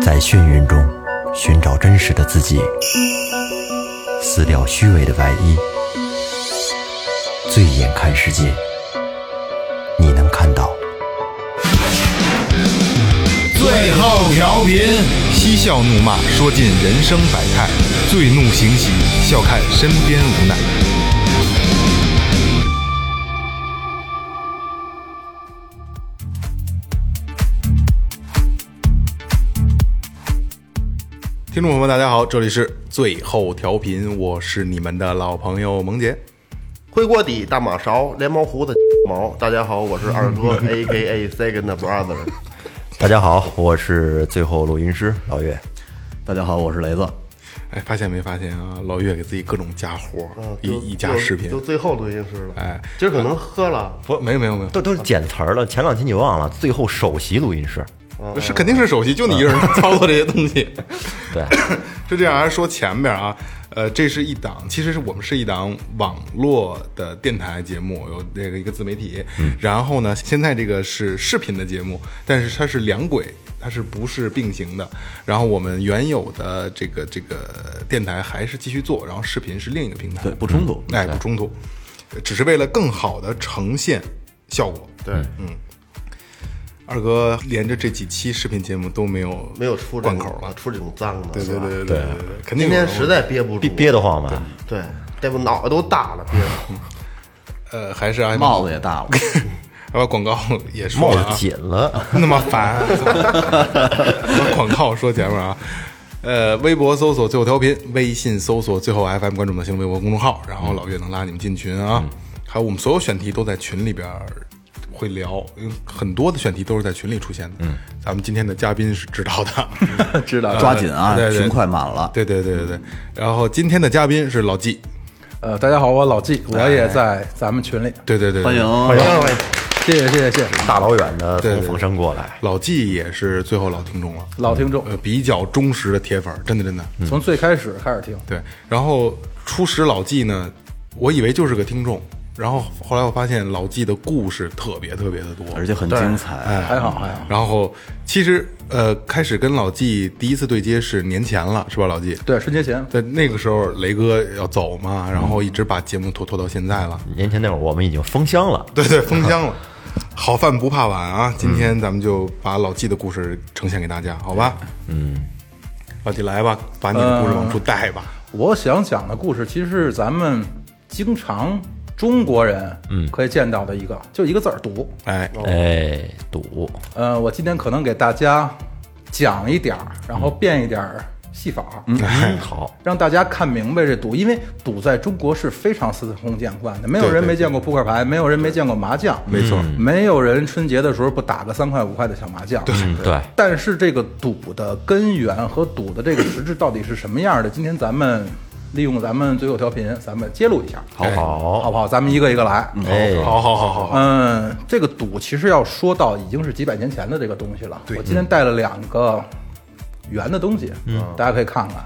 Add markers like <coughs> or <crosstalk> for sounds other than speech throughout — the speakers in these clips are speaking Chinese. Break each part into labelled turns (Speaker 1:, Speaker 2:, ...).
Speaker 1: 在眩晕中寻找真实的自己，撕掉虚伪的外衣，醉眼看世界，你能看到。
Speaker 2: 最后调频，
Speaker 3: 嬉笑怒骂，说尽人生百态；醉怒行喜，笑看身边无奈。听众朋友们，大家好，这里是最后调频，我是你们的老朋友萌姐。
Speaker 4: 灰锅底大马勺，连毛胡子毛。大家好，我是二
Speaker 3: <laughs>
Speaker 4: 哥，A K A Second Brother。
Speaker 3: 啊
Speaker 1: 大家好，我是最后录音师老岳。
Speaker 5: 大家好，我是雷子。
Speaker 3: 哎，发现没发现啊？老岳给自己各种加活儿，
Speaker 4: 嗯，就
Speaker 3: 一一加视频
Speaker 4: 就，最后录音师了。
Speaker 3: 哎，
Speaker 4: 今儿可能喝了，
Speaker 3: 不，没有没有没有，
Speaker 1: 都都是剪词儿了，前两期你忘了，最后首席录音师，
Speaker 5: 哦
Speaker 3: 是肯定是首席，就你一个人操作这些东西。
Speaker 1: 对，
Speaker 3: 就这样， <coughs> 还是说前边啊，呃，这是一档，其实是我们是一档网络的电台节目，有那个一个自媒体。
Speaker 5: 嗯
Speaker 3: 然后呢，现在这个是视频的节目，但是它是两轨，它是不是并行的？然后我们原有的这个这个电台还是继续做，然后视频是另一个平台，
Speaker 5: 对，不冲突。
Speaker 3: 哎，不冲突，只是为了更好的呈现效果。嗯
Speaker 4: 对，
Speaker 3: 二哥连着这几期视频节目都没有
Speaker 4: 没有出这
Speaker 3: 贯
Speaker 4: 种
Speaker 3: 口了，
Speaker 4: 出这种脏的。
Speaker 3: 对对
Speaker 4: 是吧
Speaker 3: 对，对对对，肯定有
Speaker 4: 今天
Speaker 3: 人
Speaker 4: 实在憋不
Speaker 1: 憋
Speaker 4: 住，
Speaker 1: 憋得慌吧？
Speaker 4: 对，这不脑袋都大了，憋的。
Speaker 3: 呃还是按
Speaker 5: 帽子也大了，
Speaker 3: <laughs> 还把广告也
Speaker 1: 帽
Speaker 3: 说了、
Speaker 1: 子
Speaker 3: 啊，
Speaker 1: 紧了，
Speaker 3: 那么烦、啊把广告说前面啊。呃，微博搜索最后调频，微信搜索最后 FM，关注我们的新浪微博公众号，然后老岳能拉你们进群啊。还有我们所有选题都在群里边儿会聊，因为很多的选题都是在群里出现的。嗯，咱们今天的嘉宾是知道的，
Speaker 5: <laughs>
Speaker 3: 呃
Speaker 5: 知道抓紧啊，
Speaker 3: 对对
Speaker 5: 群快满了。
Speaker 3: 对对对对对。然后今天的嘉宾是老纪，
Speaker 6: 呃，大家好，我老纪，我也在咱们群里，
Speaker 3: 对对对，对
Speaker 5: 欢迎。
Speaker 6: 谢谢谢谢谢谢
Speaker 1: 大老远的
Speaker 3: 对
Speaker 1: 从
Speaker 3: 对
Speaker 1: 凤山过来，
Speaker 3: 老纪也是最后老听众了，
Speaker 6: 老听众，
Speaker 3: 呃，比较忠实的铁粉儿，真的真的。
Speaker 5: 嗯
Speaker 6: 从最开始开始听，
Speaker 3: 对，然后初识老纪呢，我以为就是个听众，然后后来我发现老纪的故事特别特别的多，
Speaker 5: 而且很精彩，
Speaker 6: 还好还好，
Speaker 3: 然后其实呃，开始跟老纪第一次对接是年前了，是吧，老纪？
Speaker 6: 对，春节前，
Speaker 3: 在那个时候，雷哥要走嘛，然后一直把节目拖拖到现在了。
Speaker 1: 年前那会儿我们已经封箱了，
Speaker 3: <laughs> 对对，封箱了。好饭不怕晚啊！今天咱们就把老纪的故事呈现给大家，好吧？嗯，老纪来吧，把你的故事往出带吧。
Speaker 6: 我想讲的故事其实是咱们经常中国人嗯可以见到的一个，就一个字儿赌。
Speaker 3: 哎，
Speaker 5: 哦
Speaker 1: 哎，赌
Speaker 6: 呃，我今天可能给大家讲一点儿，然后变一点儿戏法，嗯，
Speaker 5: 哎
Speaker 1: 好，
Speaker 6: 让大家看明白这赌，因为赌在中国是非常司空见惯的，没有人没见过扑克牌，没有人没见过麻将，没错，没有人春节的时候不打个三块五块的小麻将，对。
Speaker 1: 嗯，
Speaker 5: 哎
Speaker 1: 对，
Speaker 6: 但是这个赌的根源和赌的这个实质到底是什么样的？今天咱们利用咱们最后调频，咱们揭露一下，
Speaker 1: 好
Speaker 6: 好
Speaker 5: 哎
Speaker 6: 嗯
Speaker 1: 好，
Speaker 6: 不好？咱们一个一个来。
Speaker 1: 哎，
Speaker 7: 哦
Speaker 3: 好好好好好，
Speaker 6: 嗯，这个赌其实要说到已经是几百年前的这个东西了。我今天带了两个圆的东西，大家可以看看。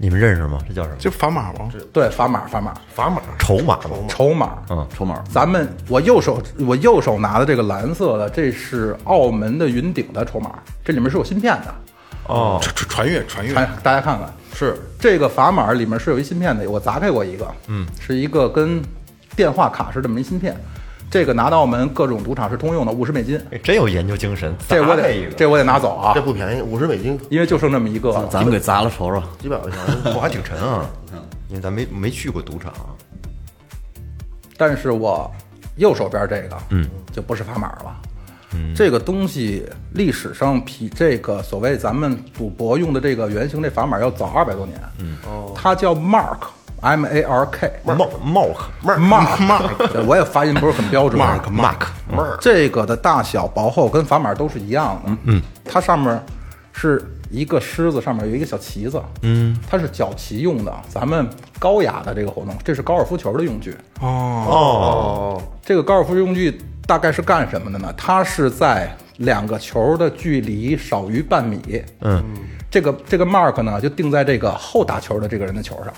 Speaker 1: 你们认识吗？这叫什么？
Speaker 3: 就砝码吗？
Speaker 6: 对，砝码，砝码，
Speaker 4: 砝码，
Speaker 1: 筹码吗？
Speaker 6: 筹码。
Speaker 1: 嗯，
Speaker 5: 筹码。
Speaker 6: 咱们我右手我右手拿的这个蓝色的，这是澳门的云顶的筹码，这里面是有芯片的。
Speaker 1: 哦，
Speaker 3: 传传传阅传阅，
Speaker 6: 看大家看看，是这个砝码里面是有一芯片的，我砸开过一个，嗯，是一个跟电话卡似的这么一芯片，这个拿到我们各种赌场是通用的，五十美金，
Speaker 7: 哎
Speaker 1: 真有研究精神，
Speaker 6: 这我
Speaker 1: 砸了
Speaker 6: 得
Speaker 1: 一个
Speaker 6: 这我得拿走啊
Speaker 4: 这，不便宜，五十美金，
Speaker 6: 因为就剩这么一个了。
Speaker 5: 咱们给砸了瞅瞅，
Speaker 4: 几百块钱。
Speaker 1: 我还挺沉啊，
Speaker 7: 嗯
Speaker 1: 因为咱没没去过赌场，
Speaker 6: 但是我右手边这个，嗯，就不是砝码了。嗯，这个东西历史上比这个所谓咱们赌博用的这个原型这砝码要早二百多年。嗯，哦，它叫 Mark，M A R K。
Speaker 1: 冒冒
Speaker 6: 帽儿帽儿，我也发音不是很标准。
Speaker 3: Mark Mark
Speaker 6: 帽儿，这个的大小、薄厚跟砝码都是一样的。嗯，它上面是一个狮子，上面有一个小旗子。嗯，它是角旗用的，咱们高雅的这个活动，这是高尔夫球的用具。
Speaker 1: 哦，
Speaker 6: 这个高尔夫用具大概是干什么的呢？它是在两个球的距离少于半米，嗯，这个这个 mark 呢就定在这个后打球的这个人的球上，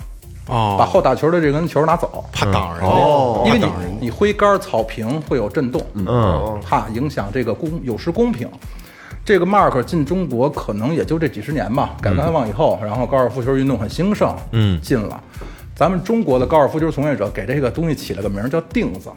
Speaker 3: 哦
Speaker 6: 把后打球的这个人的球拿走，
Speaker 3: 怕挡人哦
Speaker 6: 因
Speaker 3: 怕
Speaker 6: 为你
Speaker 3: 挡人。
Speaker 6: 你挥杆草坪会有震动，嗯，怕影响这个公有失公平。这个 mark 进中国可能也就这几十年吧，改革开放以后，然后高尔夫球运动很兴盛，嗯，进了。咱们中国的高尔夫球从业者给这个东西起了个名儿叫钉子，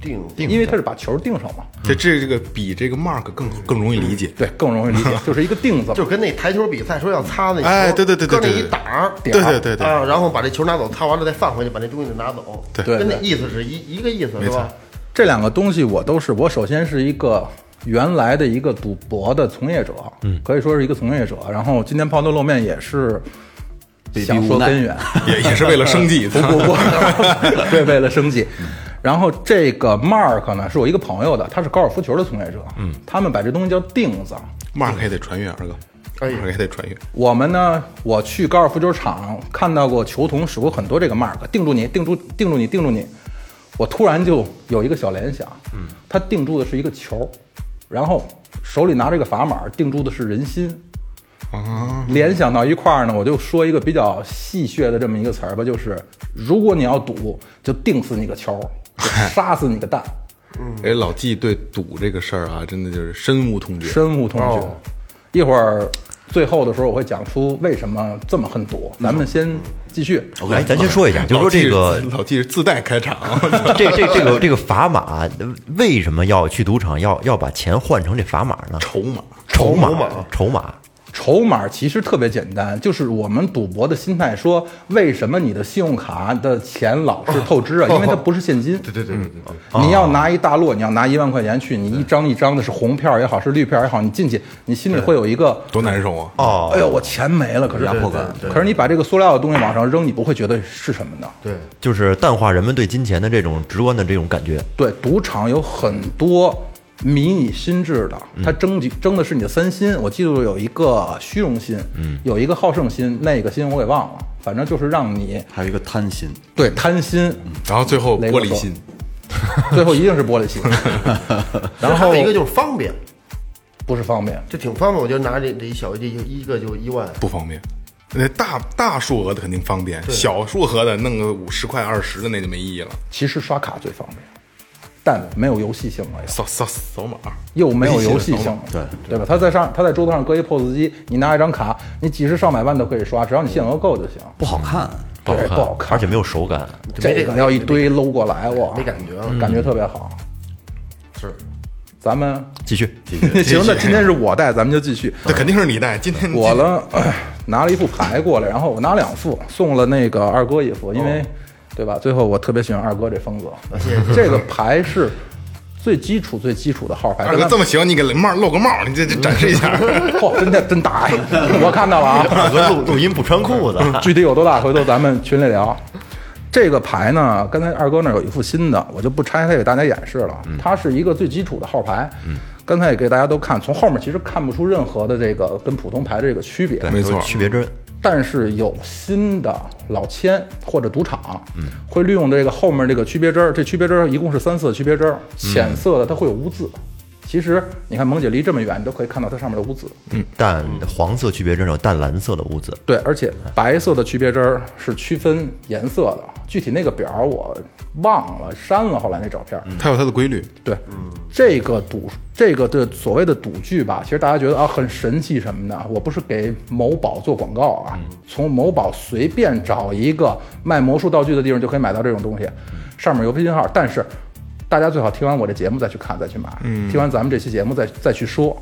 Speaker 4: 定
Speaker 6: 因为它是把球钉上嘛，
Speaker 3: 这这这个比这个 mark 更更容易理解。 <laughs>
Speaker 6: 对，更容易 <laughs> 理解，就是一个钉子。
Speaker 4: 就跟那台球比赛说要擦那球，
Speaker 3: 哎对对对对
Speaker 4: 搁那
Speaker 3: 对
Speaker 4: 一档儿，
Speaker 3: 对对对对
Speaker 4: 啊，然后把这球拿走，擦完了再放回去，把那东西拿走，
Speaker 3: 对
Speaker 6: 对
Speaker 4: 跟那
Speaker 6: 对
Speaker 4: 意思是一一个意思，是吧？
Speaker 6: 这两个东西我都是，我首先是一个原来的一个赌博的从业者，嗯，可以说是一个从业者。然后今天抛头露面也是
Speaker 5: 被逼
Speaker 6: 想说
Speaker 5: 无奈
Speaker 6: 根源，
Speaker 3: 也也是为了生计。
Speaker 6: 不不 <laughs> 不，对，为了生计。然后这个 Mark 呢，是我一个朋友的，他是高尔夫球的从业者，嗯，他们把这东西叫钉子。
Speaker 3: mark 也得穿越，二哥
Speaker 4: 哎
Speaker 3: ，mark 也得穿越。
Speaker 6: 我们呢，我去高尔夫球场看到过球童使过很多这个 mark，定住你，定住，定住你，定住你。我突然就有一个小联想，嗯，他定住的是一个球，然后手里拿着一个砝码，定住的是人心。啊，联想到一块儿呢，我就说一个比较戏谑的这么一个词儿吧，就是如果你要赌，就定死你个球，就杀死你个蛋，
Speaker 3: 哎，老纪对赌这个事儿啊，真的就是深恶痛绝。
Speaker 6: 深恶痛绝。一会儿最后的时候，我会讲出为什么这么恨赌。咱们先继续。
Speaker 7: 哎，咱先说一下，就
Speaker 3: 老
Speaker 7: 说
Speaker 3: 纪
Speaker 7: 这
Speaker 3: 是
Speaker 7: 个
Speaker 3: 自老纪是自带开场， <laughs>
Speaker 7: <laughs> 这这这个这个砝码为什么要去赌场要要把钱换成这砝码呢？
Speaker 3: 筹码。
Speaker 7: <laughs> 筹
Speaker 4: 筹
Speaker 7: 码
Speaker 4: 码，
Speaker 7: 筹码，
Speaker 6: 筹码其实特别简单，就是我们赌博的心态说，为什么你的信用卡的钱老是透 <laughs> 支啊？因为它不是现金。对对对对
Speaker 3: 嗯
Speaker 6: 对。你要拿一大摞，你要拿一万块钱去，你一张一张的是红票也好，是绿票也好，你进去，你心里会有一个。
Speaker 3: 多难受啊！
Speaker 7: 哦
Speaker 6: 哎呦，我钱没了，可是压迫感。可是你把这个塑料的东西往上扔，你不会觉得是什么的。
Speaker 4: 对，
Speaker 7: 就是淡化人们对金钱的这种直观的这种感觉。
Speaker 6: 对，赌场有很多迷你心智的，它争取争的是你的三心。我记住有一个虚荣心，嗯，有一个好胜心，那个心我给忘了，反正就是让你
Speaker 5: 还有一个贪心，
Speaker 6: 对贪心，
Speaker 3: 然后最后
Speaker 6: 雷
Speaker 3: 玻
Speaker 6: 哥
Speaker 3: 璃
Speaker 6: 说
Speaker 3: 心，
Speaker 6: <laughs> 最后一定是玻璃心，然
Speaker 4: 还
Speaker 6: 后
Speaker 4: 有一个就是方便，
Speaker 6: 不是方便。
Speaker 4: 这挺方便，我就拿这这一小这一个就一万，
Speaker 3: 不方便。那大大数额的肯定方便，小数额的弄个五十块二十的那就没意义了。
Speaker 6: 其实刷卡最方便，但没有游戏性了呀。
Speaker 3: 扫扫扫码，
Speaker 6: 又没有游戏性，对对吧？他在上，他在桌子上搁一 POS 机，你拿一张卡，你几十上百万都可以刷，只要你限额够就行。
Speaker 5: 不好看。
Speaker 7: 不
Speaker 6: 对不好
Speaker 7: 好
Speaker 6: 看
Speaker 7: 而且没有手感。
Speaker 6: 这个要一堆搂过来，我
Speaker 4: 没感觉了
Speaker 6: 感觉特别好。
Speaker 4: 嗯是，
Speaker 6: 咱们
Speaker 7: 继续，
Speaker 6: 行，那今天是我带，咱们就继续。
Speaker 3: 那肯定是你带。今天
Speaker 6: 我呢，哎拿了一副牌过来，然后我拿两副，送了那个二哥一副，因为，对吧？最后我特别喜欢二哥这风格，这个牌是最基础、最基础的号牌。
Speaker 3: 二
Speaker 6: 跟
Speaker 3: 哥
Speaker 6: 他
Speaker 3: 这么行，你给帽露个帽，你这这展示一下。
Speaker 7: 嗯
Speaker 6: 嚯，真的真大呀！我看到了啊，
Speaker 7: <laughs> 录录音不穿 <laughs> 裤子，
Speaker 6: <laughs> 具体有多大，回头咱们群里聊。这个牌呢，刚才二哥那儿有一副新的，我就不拆开给大家演示了。它是一个最基础的号牌，刚才也给大家都看，从后面其实看不出任何的这个跟普通牌这个区别。
Speaker 3: 没错
Speaker 7: 有区别真。
Speaker 6: 但是有新的老千或者赌场，会利用这个后面这个区别针儿，这区别针儿一共是三色区别针儿，浅色的它会有污渍。其实你看萌姐离这么远，你都可以看到它上面的污渍。
Speaker 7: 淡黄色区别针有淡蓝色的污渍，
Speaker 6: 对，而且白色的区别针儿是区分颜色的，具体那个表儿我忘了删了，后来那照片儿。
Speaker 3: <laughs> 它有它的规律，
Speaker 6: 对，这个赌这个的所谓的赌具吧，其实大家觉得啊很神奇什么的，我不是给某宝做广告啊，从某宝随便找一个卖魔术道具的地方就可以买到这种东西，上面有微信号，但是大家最好听完我这节目再去看再去买，听完咱们这期节目再再去说。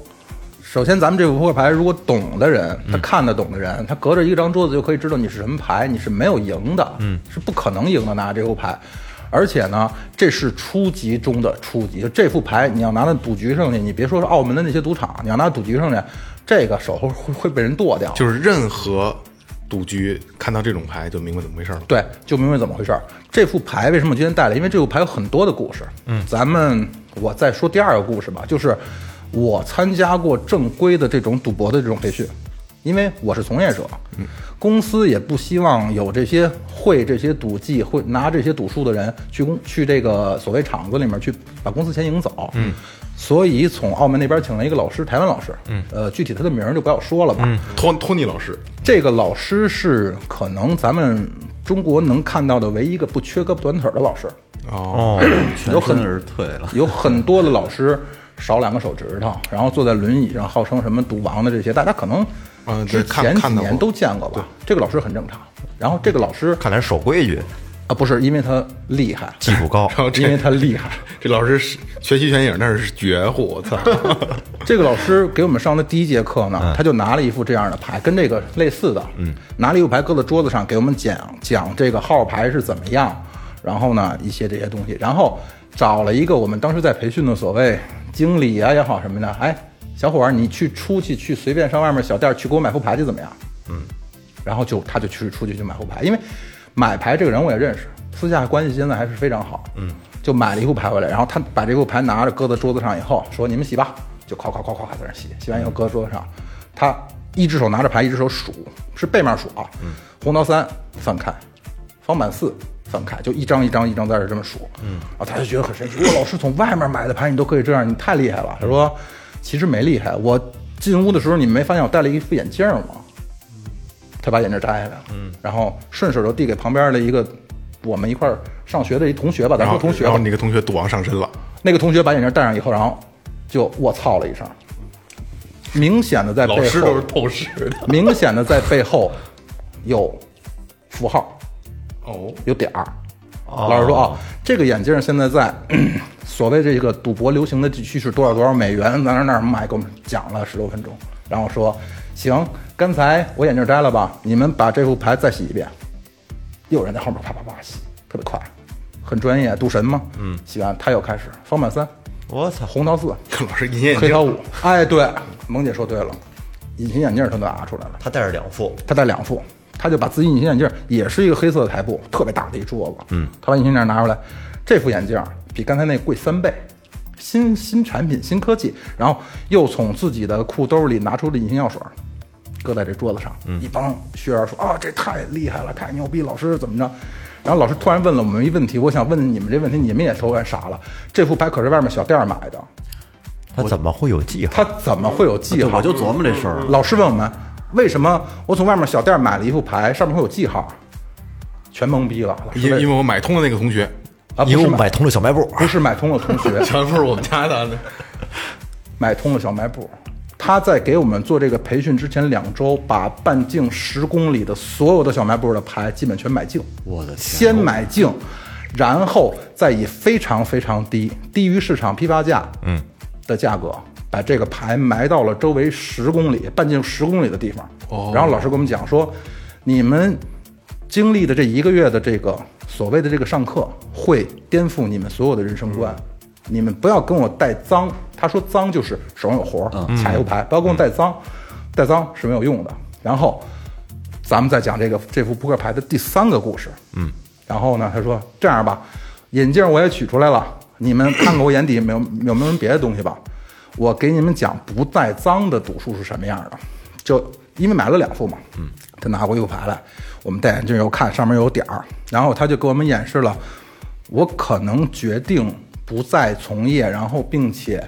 Speaker 6: 首先，咱们这副扑克牌，如果懂的人，他看得懂的人，他隔着一张桌子就可以知道你是什么牌，你是没有赢的，嗯，是不可能赢的拿这副牌。而且呢，这是初级中的初级，就这副牌你要拿到赌局上去，你别说是澳门的那些赌场，你要拿赌局上去，这个手会会会被人剁掉。
Speaker 3: 就是任何赌局看到这种牌就明白怎么回事了。
Speaker 6: 对，就明白怎么回事儿。这副牌为什么我今天带来？因为这副牌有很多的故事。嗯，咱们我再说第二个故事吧，就是我参加过正规的这种赌博的这种培训，因为我是从业者，公司也不希望有这些会这些赌技、会拿这些赌术的人去公去这个所谓场子里面去把公司钱赢走。嗯。所以从澳门那边请了一个老师，台湾老师，嗯，呃，具体他的名儿就不要说了吧，嗯，
Speaker 3: 托托尼老师，
Speaker 6: 这个老师是可能咱们中国能看到的唯一一个不缺胳膊短腿儿的老师，
Speaker 5: 哦，全
Speaker 6: 有很
Speaker 5: 身而退了。
Speaker 6: 有很多的老师少两个手指头， <laughs> 然后坐在轮椅上，号称什么赌王的这些，大家可能
Speaker 3: 嗯对
Speaker 6: 之
Speaker 3: 看
Speaker 6: 前几
Speaker 3: 看到
Speaker 6: 年
Speaker 3: 过
Speaker 6: 都见过吧？这个老师很正常。然后这个老师
Speaker 7: 看来是守规矩，
Speaker 6: 啊，不是因为他厉害，
Speaker 7: 技术
Speaker 6: <laughs>
Speaker 7: 高。
Speaker 3: <laughs> 然后这
Speaker 6: 因为他厉害。
Speaker 3: 这老师是学习全影，那是绝户，我操！
Speaker 6: 这个老师给我们上的第一节课呢，他就拿了一副这样的牌，跟这个类似的，嗯，拿了一副牌搁在桌子上，给我们讲讲这个号牌是怎么样，然后呢一些这些东西，然后找了一个我们当时在培训的所谓经理啊也好什么的，哎，小伙儿你去出去去随便上外面小店儿去给我买副牌去怎么样？然后就他就去出去去买副牌，因为买牌这个人我也认识，私下关系现在还是非常好。嗯，就买了一副牌回来，然后他把这副牌拿着搁在桌子上以后，说你们洗吧，就夸夸夸夸夸在那儿洗，洗完以后搁桌子上，他一只手拿着牌，一只手数，是背面数啊，红桃三翻开，方板四翻开，就一张一张一张在这这么数。嗯，然后他就觉得很神奇，我老师从外面买的牌你都可以这样，你太厉害了。他说其实没厉害，我进屋的时候你们没发现我戴了一副眼镜吗？他把眼镜摘下来了，嗯，然后顺手就递给旁边的一个我们一块儿上学的一同学吧，咱
Speaker 3: 然后
Speaker 6: 说同学
Speaker 3: 然
Speaker 6: 吧
Speaker 3: 后，那个同学赌王上身了，
Speaker 6: 那个同学把眼镜戴上以后，然后就我操了一声，明显的在
Speaker 3: 老
Speaker 6: 背
Speaker 3: 师
Speaker 6: 后
Speaker 3: 都是，透视的。
Speaker 6: 明显的在背后有符号，
Speaker 3: 哦，
Speaker 6: 有点儿。老师说啊，这个眼镜现在在咳所谓这个赌博流行的地区是多少多少美元，咱在那儿买，给我们讲了十多分钟，然后说行，刚才我眼镜摘了吧，你们把这副牌再洗一遍。又有人在后面啪啪啪洗，特别快，很专业，赌神嘛。嗯，洗完他又开始方板三，
Speaker 7: 我操，
Speaker 6: 红桃四，
Speaker 3: 老师隐形眼
Speaker 6: 黑桃
Speaker 3: 镜，
Speaker 6: 五。哎，对，萌姐说对了，隐形眼镜他都拿出来了。
Speaker 7: 他戴着两副，
Speaker 6: 他戴两副，他就把自己隐形眼镜儿也是一个黑色的台布，特别大的一桌子。嗯，他把隐形眼镜拿出来，这副眼镜儿比刚才那贵三倍，新新产品新科技。然后又从自己的裤兜里拿出了隐形药水儿，搁在这桌子上。一帮学员说：“啊，这太厉害了，太牛逼！老师怎么着？”然后老师突然问了我们一问题，我想问你们这问题，你们也都问傻了。这副牌可是外面小店儿买的，
Speaker 7: 他怎么会有记号？
Speaker 6: 他怎么会有记号？嗯
Speaker 5: 我就琢磨这事儿。
Speaker 6: 老师问我们，为什么我从外面小店买了一副牌，上面会有记号？全懵逼了。老师
Speaker 3: 因
Speaker 6: 为
Speaker 3: 因为我买通了那个同学，
Speaker 6: 啊，不
Speaker 7: 因为
Speaker 6: 是
Speaker 7: 我们买
Speaker 6: 买
Speaker 7: 通了小卖部，
Speaker 6: 不是买通了同学，
Speaker 3: 全是我们家的。
Speaker 6: 买通了小卖部。他在给我们做这个培训之前两周，把半径十公里的所有的小卖部的牌基本全买净。我的天！先买净，然后再以非常非常低、低于市场批发价嗯的价格，把这个牌埋到了周围十公里、半径十公里的地方。哦。然后老师给我们讲说，你们经历的这一个月的这个所谓的这个上课，会颠覆你们所有的人生观。你们不要跟我带脏，他说脏就是手上有活儿，卡右牌，不要跟我带脏，带脏是没有用的。然后，咱们再讲这个这副扑克牌的第三个故事。嗯，然后呢，他说这样吧，眼镜我也取出来了，你们看看我眼底有没有有没有人别的东西吧。我给你们讲不带脏的赌术是什么样的，就因为买了两副嘛，嗯，他拿过一副牌来，我们戴眼镜又看上面有点儿，然后他就给我们演示了，我可能决定不再从业，然后并且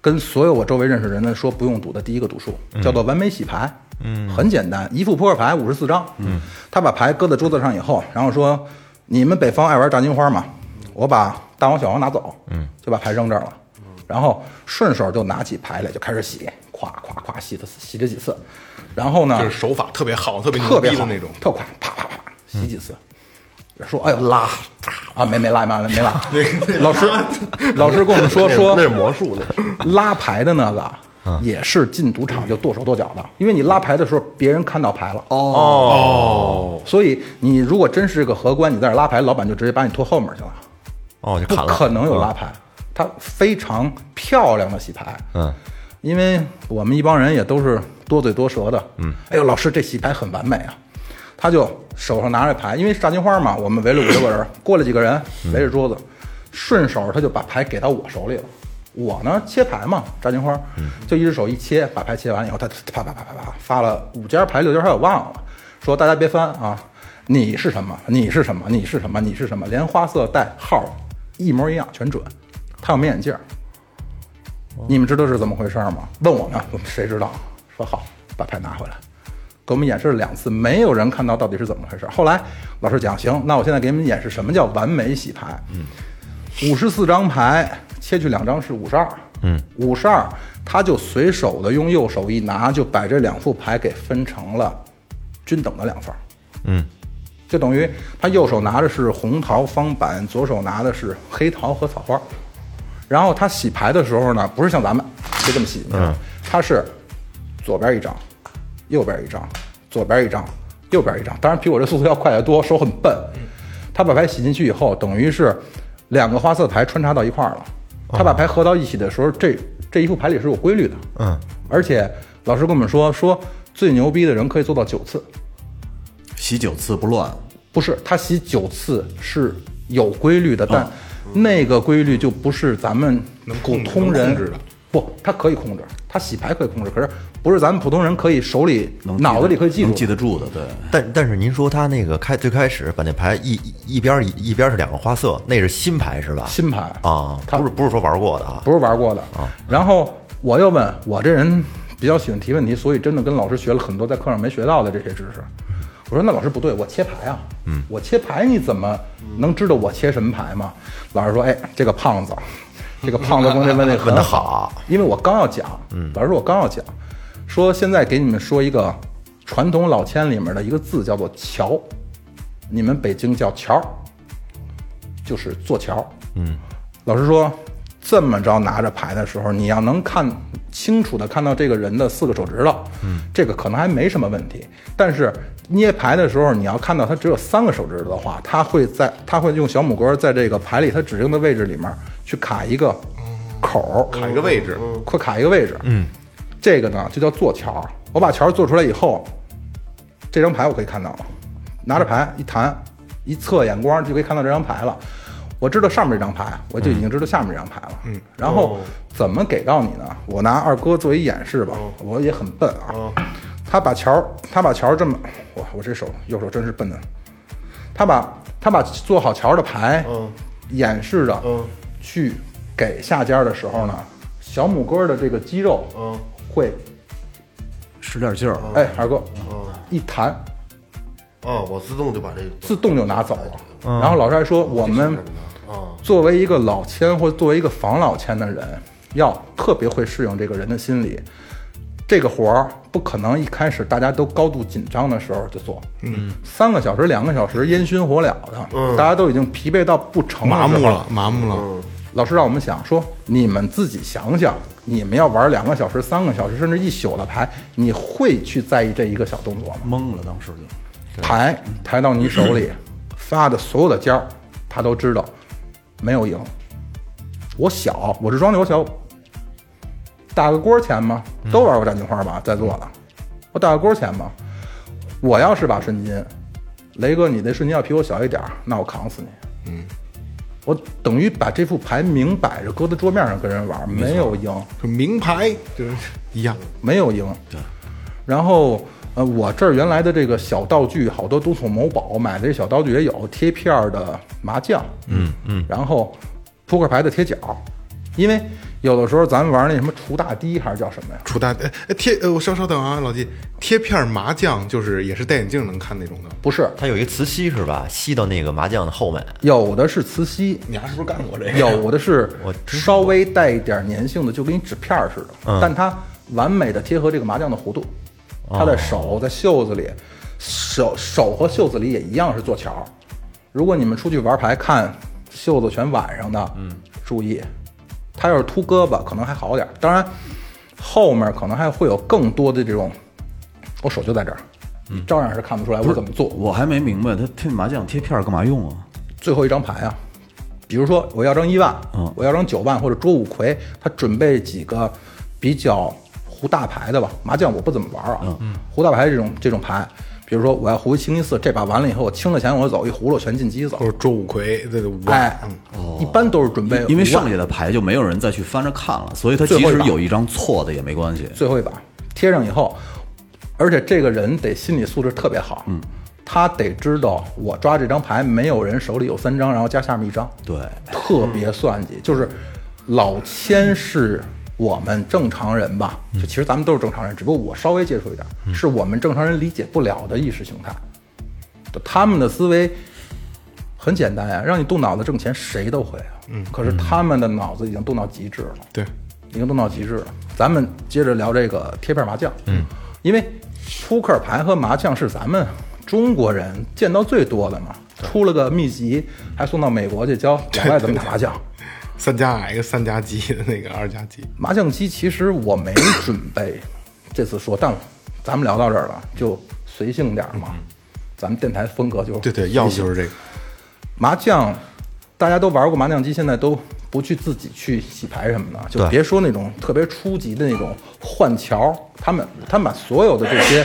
Speaker 6: 跟所有我周围认识人的说不用赌的第一个赌术，叫做完美洗牌。嗯，很简单，一副扑克牌五十四张。嗯，他把牌搁在桌子上以后，然后说：“你们北方爱玩炸金花吗？我把大王小王拿走。”嗯，就把牌扔这儿了。然后顺手就拿起牌来就开始洗，咵咵咵洗了洗了几次，然后
Speaker 3: <laughs>
Speaker 6: 呢，
Speaker 3: 就是手法特别好，特别
Speaker 6: 特
Speaker 3: 牛
Speaker 6: 别
Speaker 3: 逼的
Speaker 6: 好
Speaker 3: 那种。
Speaker 6: 特快，啪啪啪洗几次。说哎呦拉啊没没拉没拉没拉， <laughs> 老师老师跟我们说说
Speaker 4: 那是魔术呢。嗯
Speaker 6: 拉牌的那个。也是进赌场就剁手剁脚的，因为你拉牌的时候别人看到牌了哦，
Speaker 3: 哦
Speaker 6: 所以你如果真是个荷官，你在这拉牌，老板就直接把你拖后面去了。
Speaker 7: 哦，就
Speaker 6: 不
Speaker 7: 砍了，
Speaker 6: 可能有拉牌，它非常漂亮的洗牌。嗯，因为我们一帮人也都是多嘴多舌的。嗯，哎呦，老师这洗牌很完美啊！他就手上拿着牌，因为是炸金花嘛，我们围了五六个人，过来几个人围着桌子，顺手他就把牌给到我手里了。我呢切牌嘛，炸金花，就一只手一切，把牌切完以后，他啪啪啪啪啪发了五家牌六家牌我忘了，说大家别翻啊，你是什么？你是什么？你是什么？你是什么？连花色带号一模一样，全准。他有没眼镜儿？你们知道是怎么回事儿吗？问我们，我们谁知道？说好，把牌拿回来，给我们演示了两次，没有人看到到底是怎么回事儿。后来老师讲，行，那我现在给你们演示什么叫完美洗牌。嗯，五十四张牌，切去两张是五十二，嗯，五十二，他就随手的用右手一拿，就把这两副牌给分成了均等的两份嗯，就等于他右手拿的是红桃方板，左手拿的是黑桃和草花。然后他洗牌的时候呢，不是像咱们就这么洗，嗯，他是左边一张，右边一张，左边一张，右边一张。当然比我这速度要快得多，手很笨。他把牌洗进去以后，等于是两个花色牌穿插到一块儿了。他把牌合到一起的时候，这这一副牌里是有规律的，嗯。而且老师跟我们说，说最牛逼的人可以做到九次，
Speaker 5: 洗九次不乱，
Speaker 6: 不是，他洗九次是有规律的，但那个规律就不是咱们普通人
Speaker 3: 能控制的。
Speaker 6: 不，他可以控制，他洗牌可以控制，可是不是咱们普通人可以手里、
Speaker 5: 能记得
Speaker 6: 脑子里可以记住
Speaker 5: 能
Speaker 6: 的。
Speaker 5: 记得住的，对。
Speaker 7: 但但是您说他那个开最开始把那牌一一一边儿一一边儿是两个花色，那是新牌是吧？
Speaker 6: 新牌
Speaker 7: 啊，
Speaker 6: 他
Speaker 7: 不是不是说玩过的啊，
Speaker 6: 不是玩过的。然后我又问我这人比较喜欢提问题，所以真的跟老师学了很多在课上没学到的这些知识。我说那老师不对，我切牌啊，嗯，我切牌你怎么能知道我切什么牌吗？老师说，哎，这个胖子，哎这个胖子问这问题
Speaker 7: 问
Speaker 6: 很
Speaker 7: 得好，
Speaker 6: 因为我刚要讲，嗯，老师说我刚要讲，说现在给你们说一个传统老签里面的一个字叫做桥，你们北京叫桥，就是做桥，嗯，老师说，这么着拿着牌的时候，你要能看清楚的看到这个人的四个手指头，嗯，这个可能还没什么问题。但是捏牌的时候，你要看到他只有三个手指头的话，他会在他会用小拇哥在这个牌里他指定的位置里面去卡一个口，
Speaker 3: 卡一个位置，
Speaker 6: 会呃卡一个位置，嗯，这个呢就叫做桥。我把桥做出来以后，这张牌我可以看到了，拿着牌一弹，一侧眼光就可以看到这张牌了。我知道上面这张牌，我就已经知道下面这张牌了。嗯，然后怎么给到你呢？我拿二哥作为演示吧，我也很笨啊。他把桥，他把桥这么，哇，我这手右手真是笨的。他把他把做好桥的牌，演示着，去给下家的时候呢，小拇哥的这个肌肉，会，
Speaker 5: 使点劲儿，
Speaker 6: 哎，二哥，一弹，
Speaker 4: 啊，我自动就把这个
Speaker 6: 自动就拿走了。然后老师还说，我们作为一个老千或作为一个防老千的人，要特别会适应这个人的心理。这个活儿不可能一开始大家都高度紧张的时候就做，嗯，三个小时、两个小时烟熏火燎的，大家都已经疲惫到不成的时
Speaker 3: 麻
Speaker 6: 候
Speaker 3: 木了，麻木了。
Speaker 6: 老师让我们想说，你们自己想想，你们要玩两个小时、三个小时，甚至一宿的牌，你会去在意这一个小动作吗？
Speaker 5: 懵了，当时就
Speaker 6: 牌抬到你手里，发的所有的尖儿，他都知道，没有赢。我小，我是庄里我小，打个锅儿钱吗？
Speaker 5: 嗯
Speaker 6: 都玩过占金花吧，在座的，我打个锅儿钱吗？我要是把顺金，雷哥，你那顺金要比我小一点儿，那我扛死你。嗯，我等于把这副牌明摆着搁在桌面上跟人玩儿，没有赢。
Speaker 3: 就名牌就是一样，
Speaker 6: 没有赢。然后呃，我这儿原来的这个小道具好多都从某宝买的，这小道具也有贴片儿的麻将，嗯嗯，然后扑克牌的贴角，因为有的时候咱玩那什么除大堤还是叫什么呀？
Speaker 3: 出大呃呃贴呃，我稍稍等啊，老季，贴片麻将就是也是戴眼镜能看那种的，
Speaker 6: 不是，
Speaker 7: 它有一个磁吸是吧？吸到那个麻将的后面，
Speaker 6: 有的是磁吸，
Speaker 3: 你丫是不是干过这个？
Speaker 6: 有的是
Speaker 7: 我知
Speaker 6: 稍微带一点粘性的，就跟一纸片儿似的，但它完美的贴合这个麻将的弧度。它的手在袖子里，手手和袖子里也一样是做桥儿。如果你们出去玩牌看袖子全挽上的，嗯，注意，它要是秃胳膊可能还好点儿。当然，后面可能还会有更多的这种，我手就在这儿，你照样是看不出来我怎么做。
Speaker 5: 我还没明白他贴麻将贴片儿干嘛用啊？
Speaker 6: 最后一张牌啊，比如说我要张一万，
Speaker 5: 嗯
Speaker 6: 我要张九万或者捉五魁，他准备几个比较胡大牌的吧，麻将我不怎么玩啊，
Speaker 5: 嗯
Speaker 6: 胡大牌这种这种牌，比如说我要胡一清一四，这把完了以后我清了钱我走一葫芦全进机子
Speaker 3: 或，者周五魁，对对，五万
Speaker 6: 哎，一般都是准备
Speaker 5: 哦因为
Speaker 6: 呃5万
Speaker 5: 剩下的牌就没有人再去翻着看了，所以他
Speaker 6: 最
Speaker 5: 即
Speaker 6: 后一
Speaker 5: 使
Speaker 6: 把
Speaker 5: 有一张错的也没关系。
Speaker 6: 最后一把贴上以后，而且这个人得心理素质特别好，嗯，他得知道我抓这张牌没有人手里有三张，然后加下面一张，
Speaker 5: 对
Speaker 6: 特别算计，就是老千是我们正常人吧，就其实咱们都是正常人，只不过我稍微接触一点，是我们正常人理解不了的意识形态，就他们的思维。很简单呀、让你动脑子挣钱，谁都会啊。嗯，可是他们的脑子已经动到极致了。
Speaker 3: 对，
Speaker 6: 已经弄到极致了。咱们接着聊这个贴片麻将，嗯，因为扑克牌和麻将是咱们中国人见到最多的嘛，出了个秘籍，还送到美国去教老外怎么打麻将。
Speaker 3: 三加 X 三加鸡的那个二加鸡，
Speaker 6: 麻将机其实我没准备这次说，但咱们聊到这儿了，就随性点儿嘛。咱们电台风格就
Speaker 3: 嗯对对，要的就是这个。
Speaker 6: 麻将，大家都玩过麻将机，现在都不去自己去洗牌什么的，就别说那种特别初级的那种换桥，他们他们把所有的这些，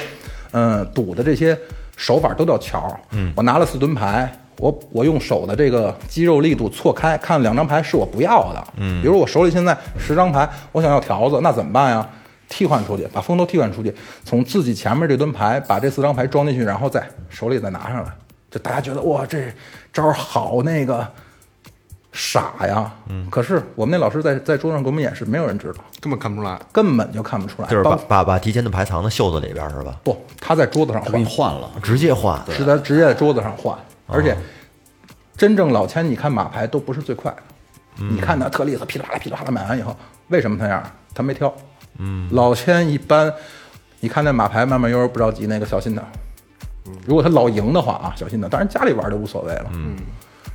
Speaker 6: 嗯，赌的这些手法都叫桥。嗯，我拿了四吨牌，我我用手的这个肌肉力度错开，看两张牌是我不要的。嗯，比如我手里现在十张牌，我想要条子，那怎么办呀？替换出去，把风都替换出去，从自己前面这吨牌把这四张牌装进去，然后再手里再拿上来。就大家觉得哇，这招儿好那个傻呀。嗯，可是我们那老师在在桌上给我们演示，没有人知道，
Speaker 3: 根本看不出来。
Speaker 6: 根本就看不出来。
Speaker 7: 就是把
Speaker 6: 包
Speaker 7: 把把提前的牌藏到袖子里边儿是吧？
Speaker 6: 不，他在桌子上
Speaker 5: 我给
Speaker 6: 换
Speaker 5: 你，换了，
Speaker 7: 直接换，
Speaker 6: 是他直接在桌子上换，而且真正老千，你看马牌都不是最快的，你看他特利索，噼里啪啦噼里啪啦买完以后，为什么他那样？他没挑。嗯，老千一般，你看那马牌慢慢悠悠不着急，那个小心点儿。如果他老赢的话啊，小心点儿。当然家里玩就无所谓了。嗯，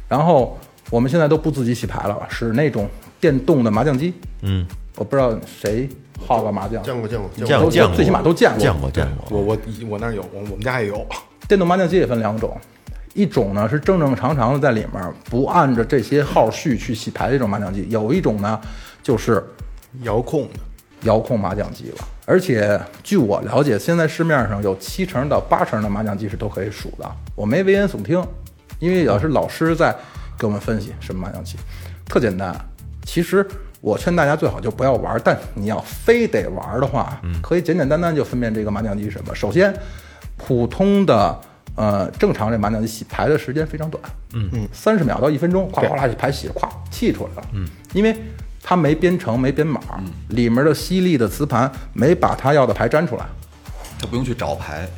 Speaker 6: 然后我们现在都不自己洗牌了，使那种电动的麻将机。嗯，我不知道谁好过麻将，
Speaker 4: 见过见过见
Speaker 7: 见
Speaker 6: 都
Speaker 7: 过见过，
Speaker 6: 最起码都见过
Speaker 7: 见过见过。
Speaker 3: 我我我那儿有，我我们家也有。 <laughs>
Speaker 6: 电动麻将机也分两种，一种呢是正正常常的在里面不按着这些号序去洗牌的这种麻将机，有一种呢就是
Speaker 3: 遥控的，
Speaker 6: 遥控麻将机了。而且据我了解，现在市面上有七成到八成的麻将机是都可以数的。我没危言耸听，因为也是老师在给我们分析什么麻将机，特简单。其实我劝大家最好就不要玩，但你要非得玩的话，可以简简单单就分辨这个麻将机是什么。首先，普通的呃正常这麻将机洗牌的时间非常短，嗯嗯，三十秒到一分钟，咵咵啦一牌洗，咵气出来了，嗯，因为它没编程没编码，里面的犀利的磁盘没把它要的牌粘出来。
Speaker 5: 他不用去找牌，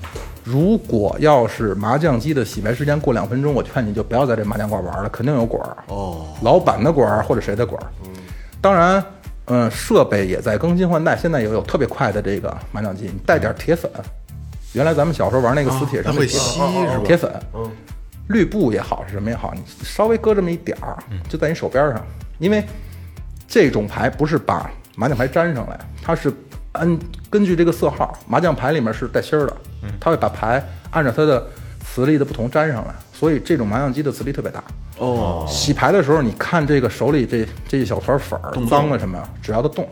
Speaker 6: 如果要是麻将机的洗牌时间过两分钟，我劝你就不要在这麻将馆玩了，肯定有管儿哦，老板的管儿或者谁的管儿。当然，嗯，设备也在更新换代，现在也有特别快的这个麻将机，你带点铁粉。原来咱们小时候玩那个磁铁上
Speaker 3: 它会吸是吧
Speaker 6: 铁粉，
Speaker 3: 嗯
Speaker 6: 绿布也好是什么也好，你稍微搁这么一点儿，
Speaker 3: 嗯
Speaker 6: 就在你手边上，因为这种牌不是把麻将牌粘上来，它是按根据这个色号，麻将牌里面是带芯儿的，
Speaker 3: 嗯
Speaker 6: 它会把牌按照它的磁力的不同粘上来，所以这种麻将机的磁力特别大。哦，洗牌的时候，你看这个手里这这一小团粉儿脏了什么，只要它动，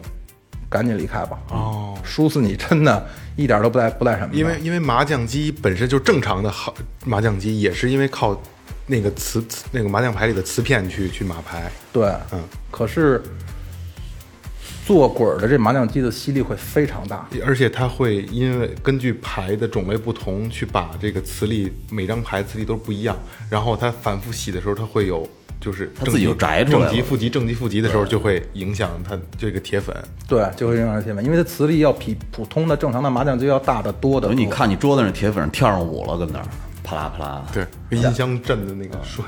Speaker 6: 赶紧离开吧。哦，输死你真的一点都不带不带什么的，
Speaker 3: 因为因为麻将机本身就正常的好麻将机，也是因为靠那个磁磁那个麻将牌里的磁片去去码牌。
Speaker 6: 对，嗯，可是做滚儿的这麻将机的吸力会非常大，
Speaker 3: 而且它会因为根据牌的种类不同，去把这个磁力每张牌磁力都不一样，然后它反复洗的时候，它会有就是
Speaker 5: 它自己就摘出来了
Speaker 3: 正极负极正极负极的时候，就会影响它这个铁粉。
Speaker 6: 对，就会影响天文，因为它磁力要比普通的正常的麻将机要大得多的
Speaker 5: 等
Speaker 6: 多。
Speaker 5: 于你看你桌子上铁粉上跳上舞了，跟那儿啪啦啪啦。
Speaker 3: 对，跟音箱震的那个水，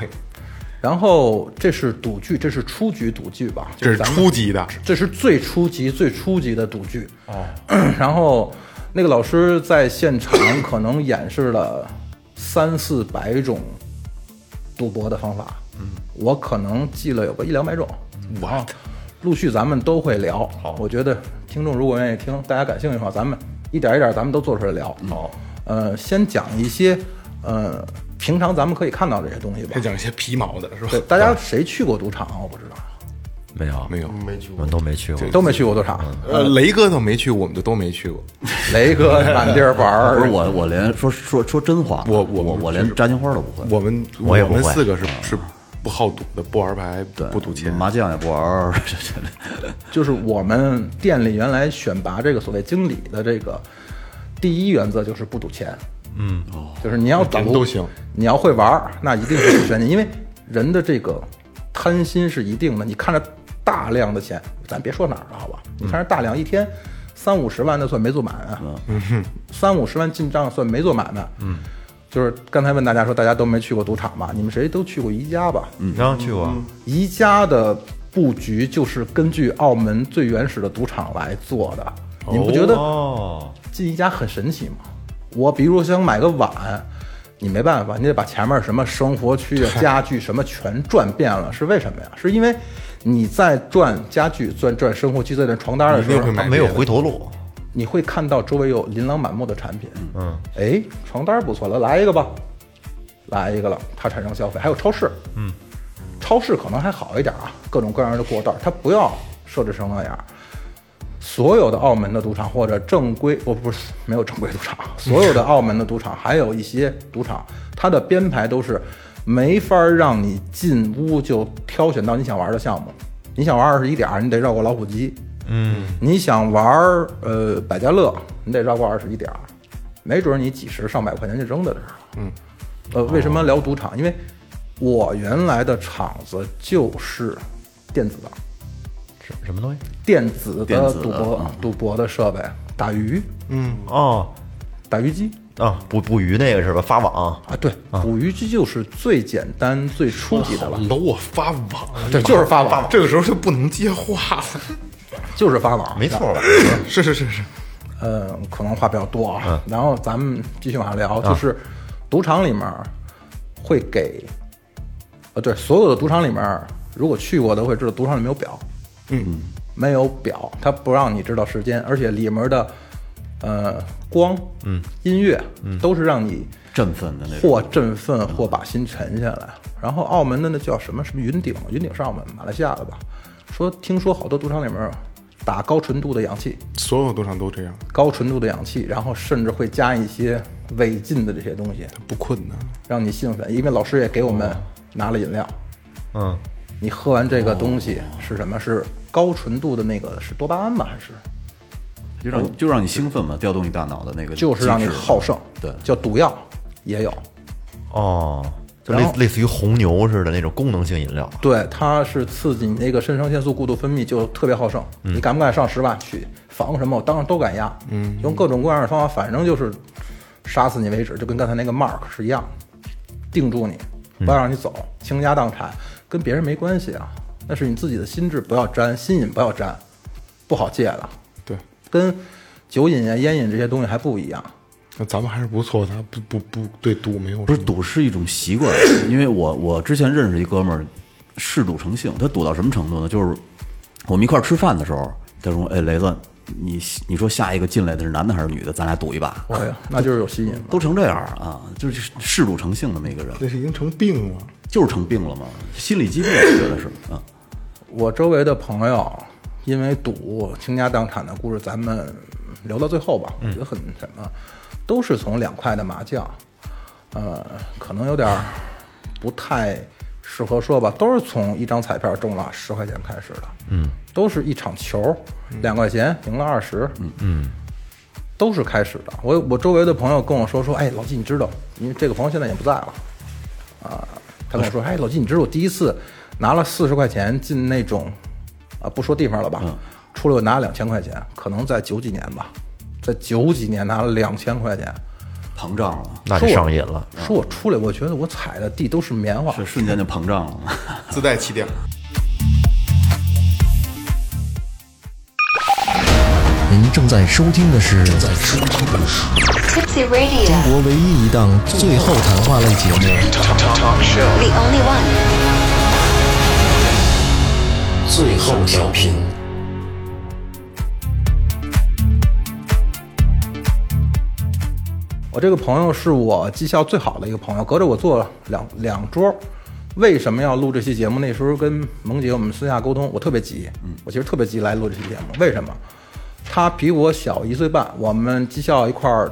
Speaker 6: 然后这是赌具，这是初级赌具吧？
Speaker 3: 这是
Speaker 6: 咱们
Speaker 3: 初级的，
Speaker 6: 这是最初级、最初级的赌具。哦， <clears throat> 然后那个老师在现场可能演示了三四百种赌博的方法，嗯，我可能记了有个一两百种。我、啊、陆续咱们都会聊。好，我觉得听众如果愿意听，大家感兴趣的话，咱们一点一点咱们都做出来聊。好，呃，先讲一些呃平常咱们可以看到这些东西吧
Speaker 3: 再。讲一些皮毛的是吧
Speaker 6: 对，？大家谁去过赌场啊？我不知道。
Speaker 7: 没有
Speaker 3: 没有，
Speaker 4: 没去
Speaker 7: 我
Speaker 4: 过
Speaker 7: 们都没去过。
Speaker 6: 都没去过赌场，
Speaker 3: 呃，雷哥都没去，我们就都没去过。
Speaker 6: 雷哥满地儿玩儿， <laughs>
Speaker 5: 不是我，我连说说说真话，
Speaker 3: 我我
Speaker 5: 我我连炸金花都不会，
Speaker 3: 我们
Speaker 7: 我也不会
Speaker 3: 们四个是是不好赌的，不玩牌，不赌钱。
Speaker 5: 麻将也不玩儿， <laughs> 这这
Speaker 6: 就是我们店里原来选拔这个所谓经理的这个第一原则就是不赌钱，嗯，就是你要
Speaker 3: 咱
Speaker 6: 赌
Speaker 3: 们都行，
Speaker 6: 你要会玩儿，那一定是不选你，因为人的这个贪心是一定的。你看着大量的钱，咱别说哪儿了，好吧？你看着大量一天三五十万的算没做买卖，嗯，三五十万进账算没做买卖，嗯。就是刚才问大家说，大家都没去过赌场吧？你们谁都去过宜家吧？嗯，
Speaker 7: 然后去过，
Speaker 6: 宜家的布局就是根据澳门最原始的赌场来做的。你们不觉得
Speaker 7: 哦，
Speaker 6: 进一家很神奇吗？我比如想买个碗，你没办法，你得把前面什么生活区
Speaker 3: <laughs>
Speaker 6: 啊、家具什么全转遍了，是为什么呀？是因为你在转家具、转转生活区、在转床单的时
Speaker 3: 一定
Speaker 6: 候
Speaker 3: 会，
Speaker 7: 他
Speaker 3: 买
Speaker 7: 没有
Speaker 3: 别的
Speaker 7: 回头路，
Speaker 6: 你会看到周围有琳琅满目的产品。嗯，哎，床单不错了，来一个吧，来一个了，它产生消费。还有超市，嗯，超市可能还好一点啊，各种各样的过道，它不要设置成那样。所有的澳门的赌场或者正规，不不是没有正规赌 <laughs> 场，所有的澳门的赌场，还有一些赌场，它的编排都是没法儿让你进屋就挑选到你想玩的项目。你想玩二十一点儿，你得绕过老虎机。嗯，你想玩儿呃百家乐，你得绕过二十一点儿，没准儿你几十上百块钱就扔在这儿了。嗯，呃，为什么聊赌场？因为我原来的场子就是电子的。
Speaker 7: 什什么东西？
Speaker 6: 电子
Speaker 5: 电
Speaker 6: 的
Speaker 5: 子的
Speaker 6: 赌博
Speaker 5: 嗯
Speaker 6: 赌博的设备，打鱼、嗯
Speaker 7: 哦
Speaker 6: 打鱼机
Speaker 7: 啊，捕捕鱼那个是吧？发网，
Speaker 6: 啊，对，捕鱼机就是最简单、最初级的了。
Speaker 3: 搂我发网，
Speaker 6: 对，就是发网，
Speaker 3: 这个时候就不能接话了。
Speaker 6: 就是发网，
Speaker 7: 没错吧？
Speaker 3: 是是是是，
Speaker 6: 呃，可能话比较多啊。然后咱们继续往下聊，就是赌场里面会给，呃，对，所有的赌场里面，如果去过的会知道，赌场里没有表，嗯，没有表，它不让你知道时间，而且里面的呃光，嗯，音乐，嗯，都是让你
Speaker 5: 振奋的那种。
Speaker 6: 或振奋，或把心沉下来。然后澳门的那叫什么什么云顶，云顶是澳门马来西亚的吧？说听说好多赌场里面打高纯度的氧气，
Speaker 3: 所有赌场都这样，
Speaker 6: 高纯度的氧气，然后甚至会加一些违禁的这些东西，
Speaker 3: 不困难。
Speaker 6: 让你兴奋。因为老师也给我
Speaker 5: 哦
Speaker 6: 们拿了饮料，
Speaker 7: 嗯，
Speaker 6: 你喝完这个东西是什么？是高纯度的那个是多巴胺吧？还是
Speaker 5: 就让你就让你兴奋嘛，调动你大脑的那个机制，
Speaker 6: 就是让你好胜？
Speaker 5: 对，
Speaker 6: 叫毒药也有。
Speaker 7: 哦，就
Speaker 6: 然
Speaker 7: 类
Speaker 6: 后
Speaker 7: 类似于红牛似的那种功能性饮料，
Speaker 6: 对，它是刺激你那个肾上腺素过度分泌，就特别好胜。你敢不敢上十万去防什么？我当然都敢压，嗯，用各种各样的方法，反正就是杀死你为止，就跟刚才那个 Mark 是一样，定住你，不要让你走，倾家荡产，跟别人没关系啊，那是你自己的心智，不要沾，心瘾不要沾，不好戒的，
Speaker 3: 对，
Speaker 6: 跟酒瘾啊、烟瘾这些东西还不一样。
Speaker 3: 那咱们还是不错的，不不不对赌没有
Speaker 5: 不是
Speaker 3: 什么
Speaker 5: 赌是一种习惯， <coughs> 因为我我之前认识一哥们儿，嗜赌成性。他赌到什么程度呢？就是我们一块儿吃饭的时候，他说：“哎，雷子，你你说下一个进来的是男的还是女的？咱俩赌一把。
Speaker 6: 哎呀，那就是有吸引了”。
Speaker 5: 都成这样啊，就是嗜赌成性的那么一个人，
Speaker 3: 那是已经成病了。
Speaker 5: 就是成病了嘛，心理疾病，我觉得是啊。
Speaker 6: 我周围的朋友因为赌倾家荡产的故事，咱们留到最后吧。我觉得很什么，都是从两块的麻将，呃，可能有点儿不太适合说吧，都是从一张彩票中了十块钱开始的。嗯，都是一场球，两块钱赢了二十。嗯嗯。都是开始的。我我周围的朋友跟我说说，哎，老季，你知道，因为这个朋友现在也不在了，他跟我说：“哎，老季，你知道我第一次拿了四十块钱进那种，啊，不说地方了
Speaker 7: 嗯
Speaker 6: 吧，出来我拿了两千块钱，可能在九几年吧，在九几年拿了两千块钱，
Speaker 5: 膨胀了，
Speaker 7: 那
Speaker 6: 说
Speaker 7: 就
Speaker 6: 我
Speaker 7: 上瘾了。。
Speaker 6: 说我出来，我觉得我踩的地都是棉花
Speaker 5: 这，瞬间就膨胀了。
Speaker 3: 自带气垫，
Speaker 8: 您正在收听的是正在收听的是
Speaker 9: Tipsy Radio,
Speaker 8: 中国唯一一档最后谈话类节目
Speaker 9: the only one.
Speaker 8: 《最后调频》。
Speaker 6: 我这个朋友是我绩效最好的一个朋友，隔着我坐两两桌。为什么要录这期节目？那时候跟萌姐我们私下沟通，我特别急，我其实特别急来录这期节目。为什么？他比我小一岁半，我们绩效一块儿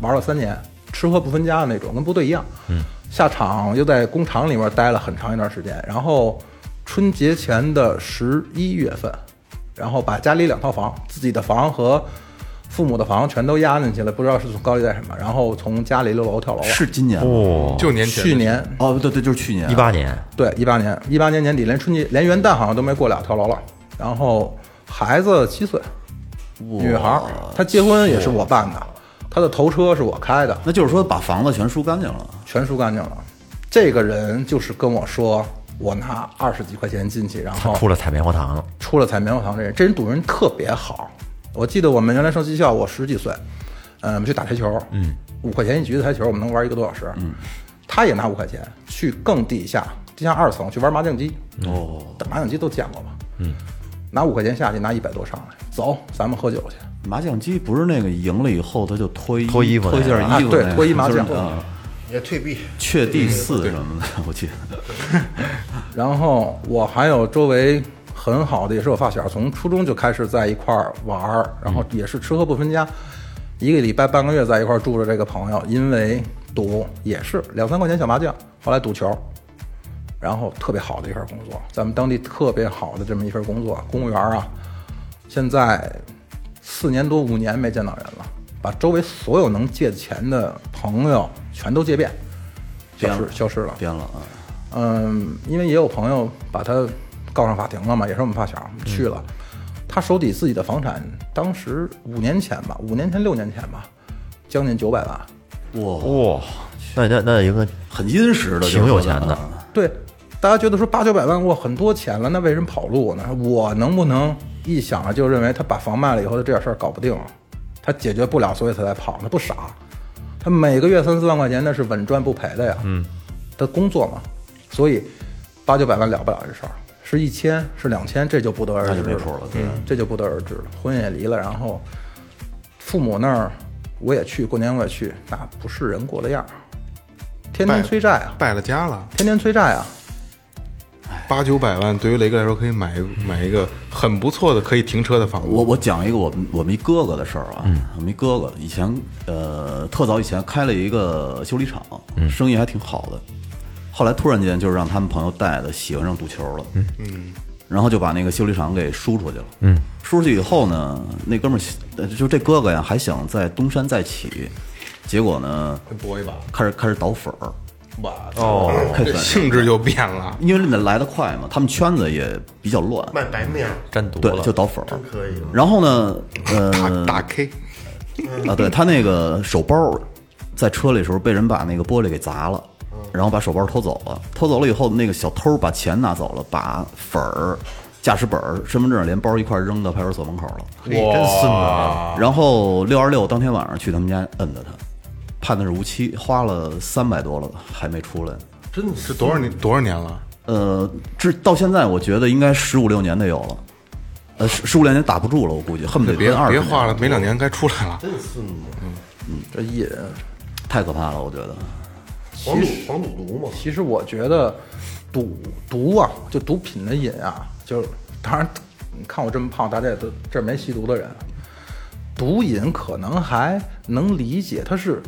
Speaker 6: 玩了三年，吃喝不分家的那种，跟部队一样。嗯，下场又在工厂里面待了很长一段时间，然后春节前的十一月份，然后把家里两套房，自己的房和父母的房全都押进去了，不知道是从高利贷什么，然后从家里六楼跳楼了。
Speaker 5: 是今年吗
Speaker 7: 哦，
Speaker 3: 就年前
Speaker 6: 去年
Speaker 5: 哦，对对，就是去年
Speaker 7: 一八年，
Speaker 6: 对，一八年，一八年年底连春节连元旦好像都没过俩跳楼了。然后孩子七岁，女孩儿，她结婚也是我办的，她的头车是我开的，
Speaker 5: 那就是说把房子全输干净了。
Speaker 6: 全输干净了。这个人就是跟我说，我拿二十几块钱进去，然后
Speaker 7: 出了采棉花糖了，
Speaker 6: 出了采棉花糖这人，这人赌人特别好。我记得我们原来上技校，我十几岁，嗯、我们去打台球，嗯，五块钱一局的台球，我们能玩一个多小时，嗯，他也拿五块钱去更地下，地下二层去玩麻将机，哦，麻将机都见过吧，嗯，拿五块钱下去，拿一百多上来，走，咱们喝酒去，
Speaker 5: 麻将机不是那个赢了以后他就脱衣
Speaker 7: 脱衣服
Speaker 5: 脱一件衣服
Speaker 6: 啊
Speaker 5: 那个，
Speaker 6: 对脱衣麻
Speaker 5: 就是
Speaker 6: 将
Speaker 5: 啊
Speaker 4: 也退避。
Speaker 5: 雀第四什么的， <laughs> 我记得。
Speaker 6: 然后我还有周围很好的，也是我发小，从初中就开始在一块儿玩儿，然后也是吃喝不分家，一个礼拜半个月在一块儿住着。这个朋友因为赌也是两三块钱小麻将，后来赌球，然后特别好的一份工作，咱们当地特别好的这么一份工作，公务员啊，现在四年多五年没见到人了，把周围所有能借钱的朋友全都借遍，消失消失了。
Speaker 5: 编了啊，
Speaker 6: 嗯，因为也有朋友把他告上法庭了嘛，也是我们发小去了。他手底自己的房产，当时五年前吧，五年前六年前吧，将近九百万。
Speaker 7: 哇，那那那应该
Speaker 5: 很殷实的，
Speaker 7: 挺有钱的
Speaker 5: 就是说啊
Speaker 6: 对，大家觉得说八九百万我很多钱了，那为什么跑路呢？我能不能一想啊就认为他把房卖了以后，他这点事儿搞不定了，他解决不了，所以他才跑，他不傻，他每个月三四万块钱那是稳赚不赔的呀，嗯，他工作嘛，所以八九百万了不了这事儿。是一千，是两千，这就不得而知
Speaker 5: 那就没谱了对啊
Speaker 6: 嗯，这就不得而知了。婚也离了，然后父母那儿我也去，过年我也去，那不是人过的样儿，天天
Speaker 3: 拜
Speaker 6: 催债啊，
Speaker 3: 败了家了，
Speaker 6: 天天催债啊，
Speaker 3: 八九百万对于雷哥来说可以买买一个很不错的可以停车的房子。
Speaker 5: 我我讲一个我们我们一哥哥的事儿啊，我们一哥哥以前呃特早以前开了一个修理厂，生意还挺好的，后来突然间就是让他们朋友带的喜欢上赌球了，嗯，然后就把那个修理厂给输出去了，嗯，输出去以后呢，那哥们儿呃就这哥哥呀还想在东山再起，结果呢
Speaker 3: 搏一把，
Speaker 5: 开始开始倒粉儿，
Speaker 6: 哇
Speaker 7: 哦，
Speaker 5: 开始
Speaker 3: 这性质就变了。
Speaker 5: 因为那来得快嘛，他们圈子也比较乱，
Speaker 4: 卖白面儿
Speaker 7: 沾毒
Speaker 5: 对，
Speaker 7: 了，
Speaker 5: 就倒粉儿，
Speaker 4: 可以了，
Speaker 5: 然后呢，呃。
Speaker 3: 大大 K，
Speaker 5: 啊，对他那个手包在车里的时候被人把那个玻璃给砸了，然后把手包偷走了。偷走了以后，那个小偷把钱拿走了，把粉儿、驾驶本儿、身份证连包一块扔到派出所门口了。
Speaker 7: 嘿真孙子，
Speaker 5: 然后六二六当天晚上去他们家摁的他，判的是无期，花了三百多了还没出来。
Speaker 4: 真
Speaker 3: 这
Speaker 4: 是
Speaker 3: 多少年多少年了？
Speaker 5: 呃，至到现在我觉得应该十五六年得有了，呃，十十五六年打不住了，我估计恨不
Speaker 3: 别
Speaker 5: 得跟二
Speaker 3: 别
Speaker 5: 十
Speaker 3: 花了，没两年该出来了。
Speaker 6: 这瘾。
Speaker 5: 太可怕了，我觉得。
Speaker 4: 黄赌黄赌毒嘛，
Speaker 6: 其实我觉得赌毒啊，就毒品的瘾啊，就是当然，你看我这么胖，大家也都这儿没吸毒的人，毒瘾可能还能理解，它是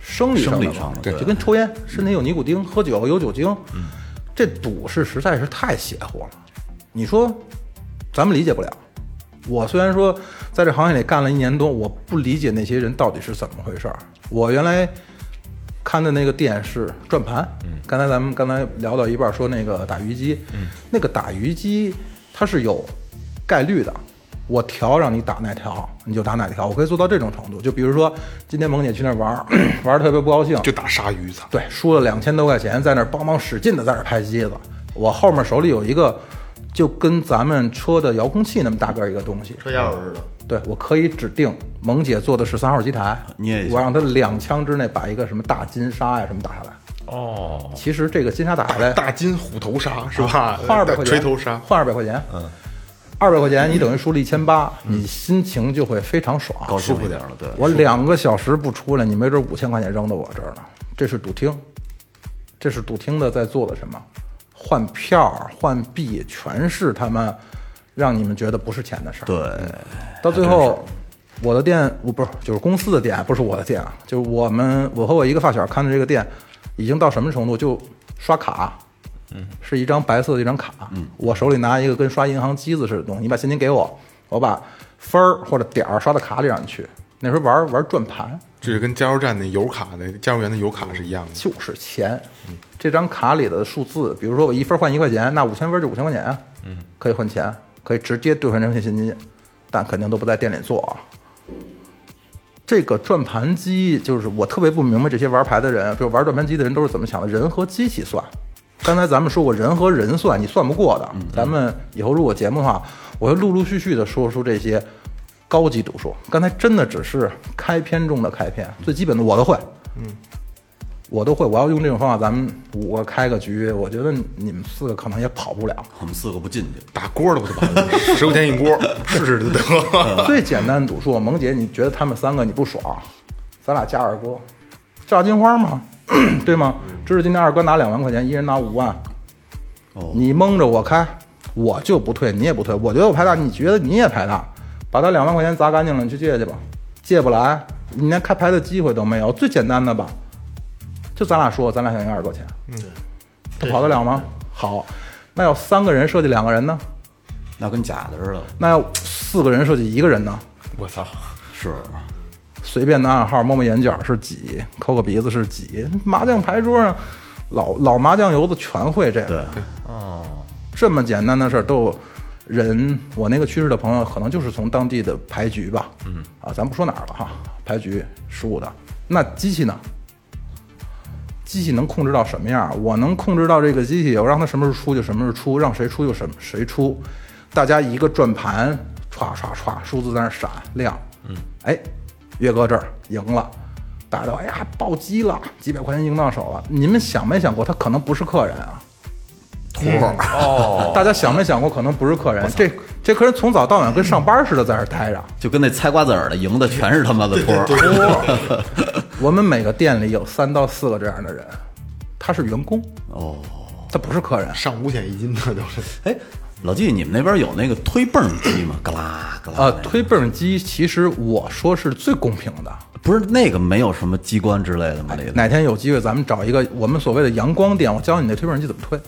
Speaker 6: 生理上的
Speaker 5: 生理上
Speaker 6: 嘛
Speaker 5: 的，对嗯
Speaker 6: 就跟抽烟，身体有尼古丁，喝酒有酒精，这赌是实在是太邪乎了。你说，咱们理解不了。我虽然说在这行业里干了一年多，我不理解那些人到底是怎么回事儿。我原来看的那个电视转盘，刚才咱们刚才聊到一半说那个打鱼机，那个打鱼机它是有概率的，我调让你打哪条你就打哪条，我可以做到这种程度。就比如说今天萌姐去那儿玩儿， <coughs> 玩的特别不高兴，
Speaker 3: 就打鲨鱼操！
Speaker 6: 对，输了两千多块钱，在那儿帮忙使劲的在那儿拍机子。我后面手里有一个，就跟咱们车的遥控器那么大个儿一个东西，
Speaker 4: 车钥匙似的。
Speaker 6: 对我可以指定萌姐坐的是三号机台，
Speaker 5: 捏一下
Speaker 6: 我让她两枪之内把一个什么大金鲨呀、什么打下来。哦，其实这个金鲨打下来，
Speaker 3: 大金虎头鲨是吧？
Speaker 6: 换二百块钱，
Speaker 3: 锤头鲨，
Speaker 6: 换二百块钱，嗯，二百块钱你等于输了一千八，你心情就会非常爽，
Speaker 5: 嗯高兴一点了，对，
Speaker 6: 我两个小时不出来，你没准五千块钱扔到我这儿了。这是赌厅，这是赌厅的在做的什么？换票、换币，全是他们让你们觉得不是钱的事儿。
Speaker 5: 对，
Speaker 6: 到最后，我的店，我不是就是公司的店，不是我的店啊，就是我们我和我一个发小看的这个店，已经到什么程度？就刷卡，嗯，是一张白色的一张卡，嗯，我手里拿一个跟刷银行机子似的东西，你把现金给我，我把分儿或者点儿刷到卡里让你去。那时候玩玩转盘，
Speaker 3: 这是跟加油站那油卡那加油员的油卡是一样的。
Speaker 6: 就是钱。这张卡里的数字，比如说我一分换一块钱，那五千分就五千块钱啊，嗯，可以换钱，可以直接兑换成现金，但肯定都不在店里做啊。这个转盘机就是我特别不明白这些玩牌的人，就玩转盘机的人都是怎么想的，人和机器算，刚才咱们说过，人和人算，你算不过的。咱们以后如果节目的话，我会陆陆续续的说出这些高级赌术。刚才真的只是开篇中的开篇，最基本的我都会。嗯，我都会。我要用这种方法，咱们五个开个局，我觉得你们四个可能也跑不了。
Speaker 5: 我们四个不进去。
Speaker 3: 打锅了不就完了吗？十块钱一锅，试试就得
Speaker 6: <laughs>
Speaker 3: 了。
Speaker 6: 最简单的赌术，萌姐，你觉得他们三个你不爽，咱俩加二哥，炸金花嘛， <coughs> 对吗？知识今天二哥拿两万块钱，一人拿五万，你蒙着我开，我就不退，你也不退。我觉得我牌大，你觉得你也牌大，把他两万块钱砸干净了，你去借去吧，借不来，你连开牌的机会都没有。最简单的吧，就咱俩说，咱俩想赢二十块钱，嗯，他跑得了吗？好，那要三个人设计两个人呢？
Speaker 5: 那跟假的似的，
Speaker 6: 那要四个人设计一个人呢？
Speaker 3: 我操，
Speaker 5: 是
Speaker 6: 随便拿暗号摸摸眼角是几，抠个鼻子是几。麻将牌桌上，老老麻将油子全会这个。对，哦，这么简单的事儿都有人。我那个去世的朋友可能就是从当地的牌局吧，嗯，啊，咱不说哪儿了哈，牌局输的。那机器呢？机器能控制到什么样儿？我能控制到这个机器，我让它什么时候出就什么时候出，让谁出就什么谁出。大家一个转盘，歘歘歘，数字在那儿闪亮。嗯，哎，岳哥这儿赢了，大家都哎呀暴击了，几百块钱赢到手了。你们想没想过，他可能不是客人啊？嗯
Speaker 5: <laughs>
Speaker 6: 哦，大家想没想过，可能不是客人。这这客人从早到晚跟上班似的在这儿待着。
Speaker 5: 就跟那猜瓜子儿的赢的全是他妈的托儿。
Speaker 6: 我们每个店里有三到四个这样的人，他是员工哦，他不是客人。
Speaker 3: 上五险一金的都是。
Speaker 5: <laughs> 哎，老纪，你们那边有那个推泵机吗？嘎啦嘎啦那
Speaker 6: 呃，
Speaker 5: 个。
Speaker 6: 推泵机其实我说是最公平的。
Speaker 5: 不是那个没有什么机关之类的哎吗？那个
Speaker 6: 哪天有机会，咱们找一个我们所谓的阳光店，我教你那推泵机怎么推，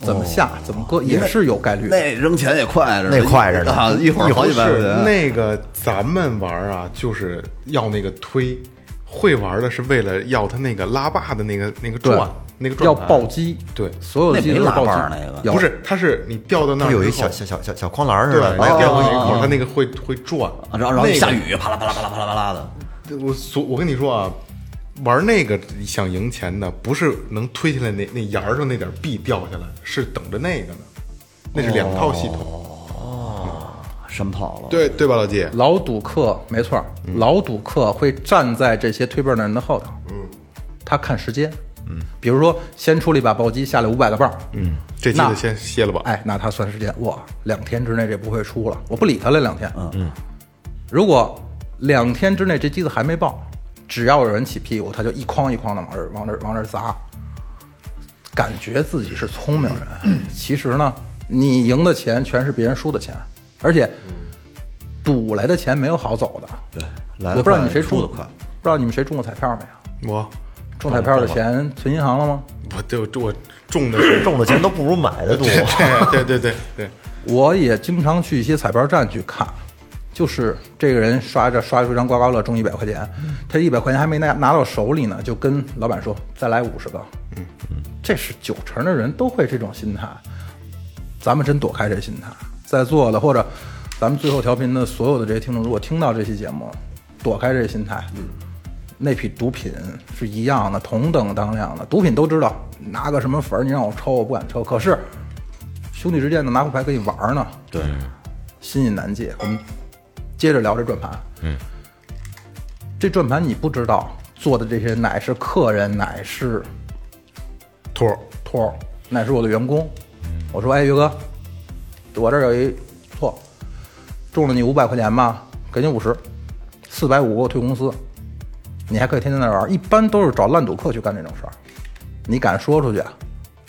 Speaker 6: 怎么下，怎么搁，也是有概率的。
Speaker 5: 哦那扔钱也快着呢，
Speaker 7: 那快着呢
Speaker 5: 啊，一会儿好几百块
Speaker 3: 是
Speaker 5: 钱。
Speaker 3: 那个咱们玩儿啊，就是要那个推，会玩儿的是为了要他那个拉霸的那个那个
Speaker 6: 对
Speaker 3: 转，那个转
Speaker 6: 要
Speaker 3: 盘
Speaker 6: 暴击，
Speaker 3: 对
Speaker 6: 所有的
Speaker 5: 那
Speaker 6: 机
Speaker 5: 没
Speaker 6: 都是
Speaker 5: 拉
Speaker 6: 暴击
Speaker 5: 把儿那个
Speaker 6: 有
Speaker 3: 不是，它是你掉到那
Speaker 7: 它
Speaker 3: 儿
Speaker 7: 有一
Speaker 3: 之后
Speaker 7: 小小小小小框栏儿似
Speaker 3: 对，
Speaker 7: 的，哎
Speaker 3: 那
Speaker 7: 来
Speaker 3: 掉过去一口，它那个会会转，
Speaker 5: 啊然后然后一
Speaker 3: 那
Speaker 5: 下
Speaker 3: 个
Speaker 5: 雨，啪啦啪啦啪啦啪啦啪啦的。
Speaker 3: 我所我跟你说啊，玩那个想赢钱的，不是能推下来那那沿儿上那点币掉下来，是等着那个呢，那是两套系统，
Speaker 5: 山炮了，
Speaker 3: 对对吧，老季？
Speaker 6: 老赌客没错儿，老赌客会站在这些推泵的人的后头，嗯，他看时间，嗯，比如说先出了一把暴击，下来五百个棒，嗯，
Speaker 3: 这期
Speaker 6: 那
Speaker 3: 就先歇了吧。
Speaker 6: 哎，那他算时间，哇，两天之内这不会出了，我不理他了两天，嗯嗯，如果两天之内这机子还没爆，只要有人起屁股，他就一筐一筐的往这儿往这儿往这儿砸，感觉自己是聪明人，其实呢，你赢的钱全是别人输的钱，而且赌来的钱没有好走的。对，
Speaker 5: 来得
Speaker 6: 我不知道
Speaker 5: 快
Speaker 6: 你谁中
Speaker 5: 出得快
Speaker 6: 不知道你们谁中过彩票没有？
Speaker 3: 我
Speaker 6: 中彩票的钱存银行了吗？
Speaker 3: 我就我中的是
Speaker 7: 挣的钱都不如买的多。
Speaker 3: <laughs> 对对对对对，
Speaker 6: 我也经常去一些彩票站去看，就是这个人刷着刷出一张刮刮乐中一百块钱，他一百块钱还没拿拿到手里呢，就跟老板说再来五十个。嗯嗯，这是九成的人都会这种心态，咱们真躲开这心态。在座的或者咱们最后调频的所有的这些听众，如果听到这期节目，躲开这心态，那批毒品是一样的，同等当量的。毒品都知道，拿个什么粉儿，你让我抽，我不敢抽。可是兄弟之间的拿副牌可以玩儿呢，对，心意难戒。我们接着聊这转盘，嗯，这转盘你不知道做的这些乃是客人，乃是
Speaker 3: <laughs> 托儿
Speaker 6: 托儿，乃是我的员工。我说，哎，岳哥，我这儿有一错，中了你五百块钱吧，给你五十，四百五我退公司，你还可以天天在那玩儿。一般都是找烂赌客去干这种事儿，你敢说出去，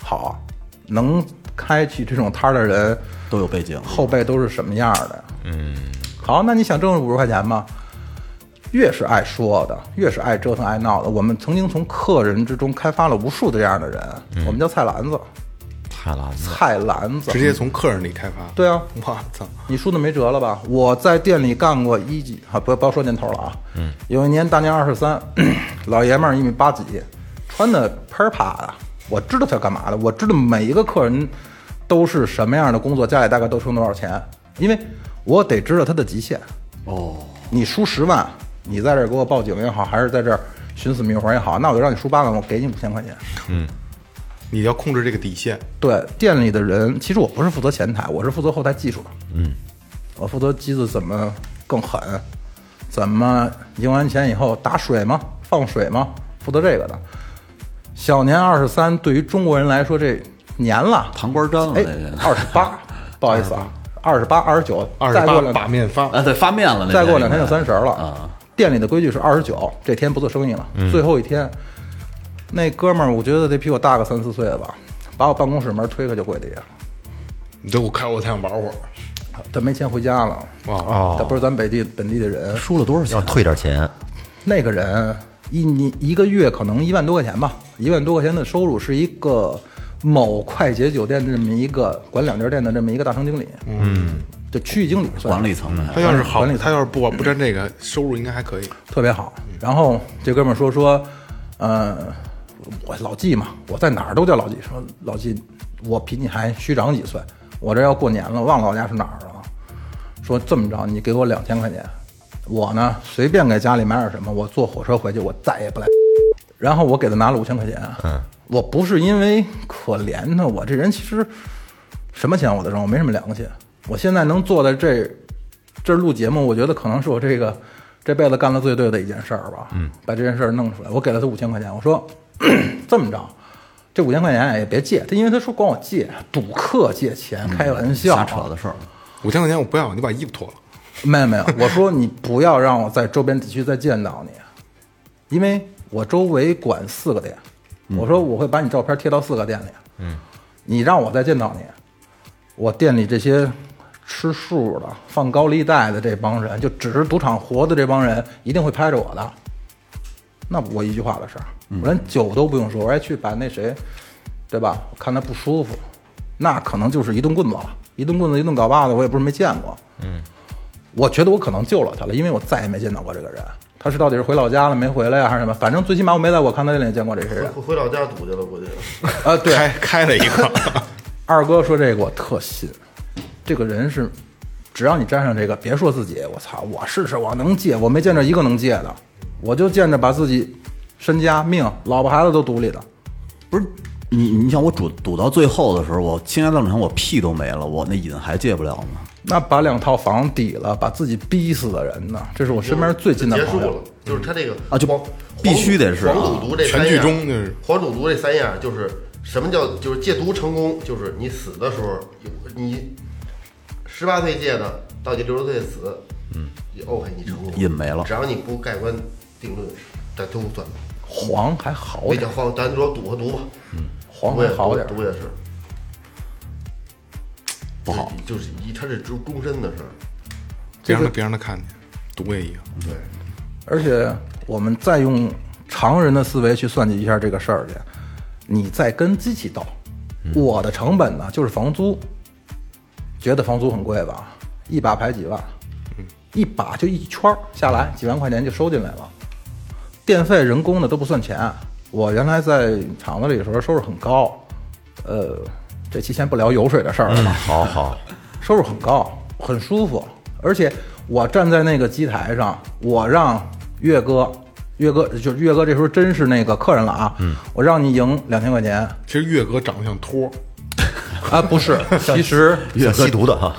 Speaker 6: 好，能开起这种摊儿的人
Speaker 5: 都有背景。
Speaker 6: 后背都是什么样儿的？嗯，好，那你想挣五十块钱吗？越是爱说的，越是爱折腾、爱闹的，我们曾经从客人之中开发了无数这样的人，我们叫菜篮子，
Speaker 7: 太难了，
Speaker 6: 菜篮子
Speaker 3: 嗯直。接从客人里开发。
Speaker 6: 对啊，
Speaker 3: 我操，
Speaker 6: 你输的没辙了吧？我在店里干过一级啊，不不要说年头了啊。嗯，有一年大年二十三， <clears throat> 老爷们儿一米八几，穿的喷儿啪的，我知道他干嘛的，我知道每一个客人都是什么样的工作，家里大概都挣多少钱，因为我得知道他的极限。哦你输十万，你在这儿给我报警也好，还是在这儿寻死觅活也好，那我就让你输八万，我给你五千块钱。嗯，
Speaker 3: 你要控制这个底线。
Speaker 6: 对，店里的人，其实我不是负责前台，我是负责后台技术的。嗯，我负责机子怎么更狠，怎么赢完钱以后打水吗？放水吗？负责这个的。小年二十三，对于中国人来说，这年了，
Speaker 5: 糖官粘
Speaker 3: 啊
Speaker 5: 了
Speaker 6: 哎
Speaker 5: 那是，
Speaker 6: 二十八，不好意思啊，二十八、二十九，
Speaker 3: 二
Speaker 6: 再
Speaker 3: 十
Speaker 6: 过
Speaker 3: 八
Speaker 6: 两
Speaker 3: 把面发，
Speaker 5: 啊，对，发面了，那
Speaker 6: 再过
Speaker 5: 天
Speaker 6: 两天就三十了
Speaker 5: 啊。嗯
Speaker 6: 店里的规矩是二十九，这天不做生意了，最后一天。那哥们儿，我觉得得比我大个三四岁吧，把我办公室门推开就跪地下了。
Speaker 3: 你这我看我才想玩会儿。
Speaker 6: 他没钱回家了，
Speaker 3: 哦
Speaker 6: 他不是咱北地本地的人，
Speaker 5: 输了多少
Speaker 7: 要
Speaker 5: 钱？
Speaker 7: 退点钱，
Speaker 6: 那个人一年一个月可能一万多块钱吧，一万多块钱的收入是一个某快捷酒店这么一个管两家店的这么一个大堂经理，嗯，就区域经理算
Speaker 5: 管理层的，
Speaker 3: 他要是好
Speaker 6: 管理，层
Speaker 3: 他要是不不沾这个，收入应该还可以。
Speaker 6: 特别好。然后这哥们儿说说，呃，我老纪嘛，我在哪儿都叫老纪。说老纪，我比你还虚长几岁，我这要过年了，忘了我家是哪儿了。说这么着，你给我两千块钱，我呢随便给家里买点什么，我坐火车回去，我再也不来。然后我给他拿了五千块钱，嗯，我不是因为可怜他，我这人其实什么钱我都挣，我没什么良心。我现在能坐在这这儿录节目，我觉得可能是我这个这辈子干了最对的一件事儿吧。嗯，把这件事儿弄出来，我给了他五千块钱，我说 <clears throat> 这么着。这五千块钱也哎别借，他因为他说管我借，赌客借钱，开玩笑，啊
Speaker 5: 嗯瞎扯的事儿。
Speaker 3: 五千块钱我不要，你把衣服脱了。
Speaker 6: 没有没有，我说你不要让我在周边地区再见到你，因为我周围管四个店，我说我会把你照片贴到四个店里，嗯，你让我再见到你，我店里这些吃素的、放高利贷的这帮人，就只是赌场活的这帮人，一定会拍着我的。那我一句话的事儿，我连酒都不用说，我还去把那谁，对吧？我看他不舒服，那可能就是一顿棍子了，一顿棍子，一顿镐把子，我也不是没见过。我觉得我可能救了他了，因为我再也没见到过这个人。他是到底是回老家了没回来呀、还是什么？反正最起码我没在我看台店里见过这
Speaker 4: <laughs>
Speaker 6: 些人。
Speaker 4: 回回老家堵去了，估计。
Speaker 6: 啊，对，
Speaker 3: 开开了一个，
Speaker 6: 二哥说这个我特信，这个人是，只要你沾上这个，别说自己，我操，我试试，我能借，我没见着一个能借的，我就见着把自己身家、命、老婆孩子都赌里的。
Speaker 5: 不是你，你想我赌赌到最后的时候，我倾家荡产，我屁都没了，我那瘾还戒不了吗？
Speaker 6: 那把两套房抵了，把自己逼死的人呢？这是我身边最近的
Speaker 4: 结束
Speaker 6: 朋
Speaker 4: 了
Speaker 6: 友。，
Speaker 4: 就是他这个
Speaker 5: 啊就
Speaker 4: 黄
Speaker 5: 必须得是啊
Speaker 4: 黄赌毒这
Speaker 3: 全
Speaker 4: 三
Speaker 3: 剧
Speaker 4: 样
Speaker 3: 终就是
Speaker 4: 黄赌毒这三样就是什么叫就是戒毒成功，就是你死的时候有你十八岁戒的，到你六十岁死，嗯，OK 你成功了
Speaker 5: 瘾没了
Speaker 4: 只要你不盖棺定论，这都算
Speaker 6: 黄还好
Speaker 4: 那
Speaker 6: 点
Speaker 4: 叫
Speaker 6: 儿，
Speaker 4: 黄，咱说赌和毒吧，
Speaker 6: 黄
Speaker 4: 毒
Speaker 6: 还
Speaker 4: 也
Speaker 6: 好点儿。
Speaker 4: 毒也是
Speaker 5: 不好，
Speaker 4: 就是一他是终终身的事儿，
Speaker 3: 别让他别让他看见，毒也一样。
Speaker 4: 对，
Speaker 6: 而且我们再用常人的思维去算计一下这个事儿去，你再跟机器斗，我的成本呢就是房租，觉得房租很贵吧，一把牌几万，一把就一圈儿下来几万块钱就收进来了，电费、人工的都不算钱。我原来在厂子里的时候收入很高，呃，这期先不聊油水的事儿了吧。
Speaker 3: 嗯
Speaker 7: 好好，
Speaker 6: <laughs> 收入很高，很舒服，而且我站在那个机台上，我让岳哥，岳哥就是岳哥，这时候真是那个客人了啊，嗯，我让你赢两千块钱
Speaker 3: 其实岳哥长得像托，
Speaker 6: 啊，不
Speaker 3: <laughs>
Speaker 6: 是，其实
Speaker 7: 像吸毒的哈，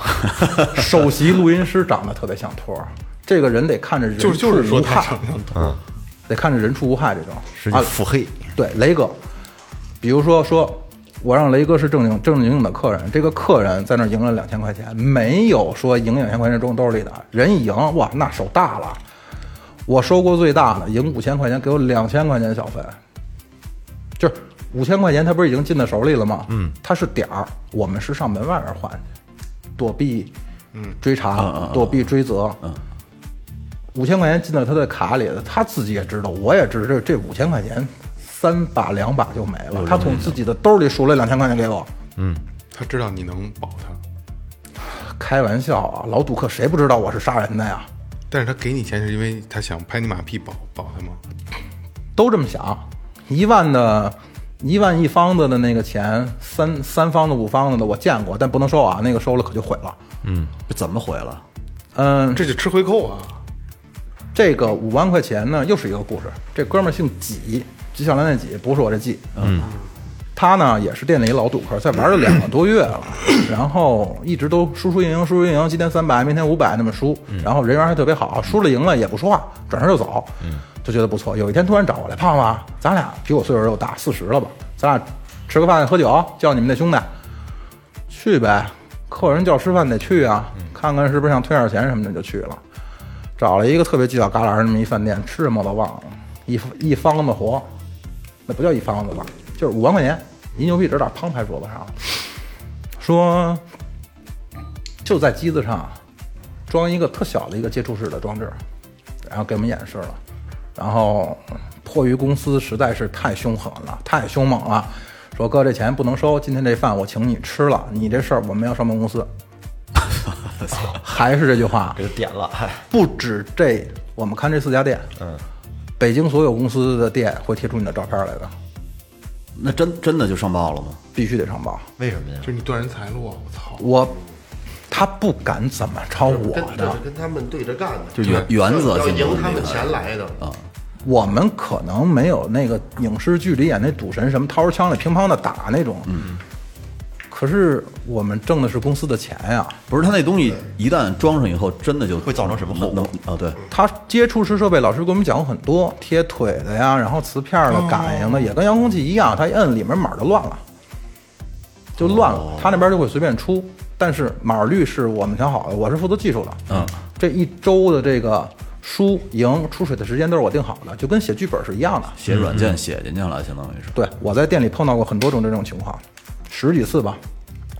Speaker 6: 首席录音师长得特别像托儿，这个人得看着
Speaker 3: <laughs>
Speaker 6: 人
Speaker 3: 就是就是
Speaker 6: 畜
Speaker 3: 说
Speaker 6: 无
Speaker 3: 他
Speaker 6: 害
Speaker 3: 长得像托。
Speaker 6: 得看着人畜无害这种，
Speaker 7: 实际
Speaker 6: 啊，
Speaker 7: 腹黑，
Speaker 6: 对，雷哥，比如说说，我让雷哥是正经正经的客人，这个客人在那儿赢了两千块钱，没有说赢两千块钱装兜里的，人一赢，哇，那手大了。我收过最大的，赢五千块钱，给我两千块钱小费，就是五千块钱，他不是已经进到手里了吗？嗯，他是点儿，我们是上门外边换去，躲避，嗯，追查，躲避追责，嗯。五千块钱进到他的卡里了，他自己也知道，我也知道，这这五千块钱三把两把就没了。他从自己的兜里数了两千块钱给我，
Speaker 3: 他知道你能保他，
Speaker 6: 开玩笑啊，老赌客谁不知道我是杀人的呀？
Speaker 3: 但是他给你钱是因为他想拍你马屁保保他吗？
Speaker 6: 都这么想，一万的，一万一方子的那个钱，三三方的五方子的我见过，但不能收啊，那个收了可就毁了。
Speaker 7: 嗯
Speaker 5: 怎么毁了？
Speaker 6: 嗯，
Speaker 3: 这就吃回扣啊！
Speaker 6: 这个五万块钱呢，又是一个故事。这哥们儿姓纪，纪晓岚那纪，不是我这纪。嗯，他呢也是店里老赌客，在玩了两个多月了，然后一直都输输赢赢，输输赢赢，今天三百，明天五百那么输，然后人缘还特别好，输了赢了也不说话，转身就走，就觉得不错。有一天突然找过来，胖胖，咱俩比我岁数又大，四十了吧，咱俩吃个饭喝酒，叫你们那兄弟去呗，客人叫吃饭得去啊，看看是不是想退点钱什么的就去了。找了一个特别犄角旮旯那么一饭店，吃什么我都忘了，一一方子活，那不叫一方子吧，就是五万块钱，一牛逼直打砰拍桌子上了，说就在机子上装一个特小的一个接触式的装置，然后给我们演示了，然后迫于公司实在是太凶狠了，太凶猛了，说哥这钱不能收，今天这饭我请你吃了，你这事儿我们要上报公司。 <laughs> 还是这句话，
Speaker 7: 给他点了，哎嗨，
Speaker 6: 不止这，我们看这四家店，嗯，北京所有公司的店会贴出你的照片来的，
Speaker 5: 那真真的就上报了吗？
Speaker 6: 必须得上报。
Speaker 7: 为什么呀
Speaker 3: 就？是你断人财路啊！我操！
Speaker 6: 我他不敢怎么抄
Speaker 4: 跟
Speaker 6: 我
Speaker 4: 这
Speaker 6: 的
Speaker 4: 是，跟他们对着干的，
Speaker 5: 就原原则
Speaker 4: 要
Speaker 5: 性的
Speaker 4: 赢他
Speaker 5: 这
Speaker 4: 们
Speaker 5: 个
Speaker 4: 钱来的啊。
Speaker 6: 我们可能没有那个影视剧里演那赌神什么掏着枪来乒乓的打那种，嗯，可是我们挣的是公司的钱呀、
Speaker 5: 不是他那东西一旦装上以后，真的就
Speaker 7: 会造成什么后
Speaker 5: 能
Speaker 7: 果
Speaker 5: 能啊？对，
Speaker 6: 他接触式设备，老师给我们讲过很多，贴腿的呀，然后磁片儿的、感应的，也跟遥控器一样，他一摁里面码就乱了，就乱了，他那边就会随便出。但是码率是我们想好的，我是负责技术的，嗯，这一周的这个输赢出水的时间都是我定好的，就跟写剧本是一样的。
Speaker 5: 写软件写进去了，相当于是。
Speaker 6: 对，我在店里碰到过很多种这种情况，十几次吧，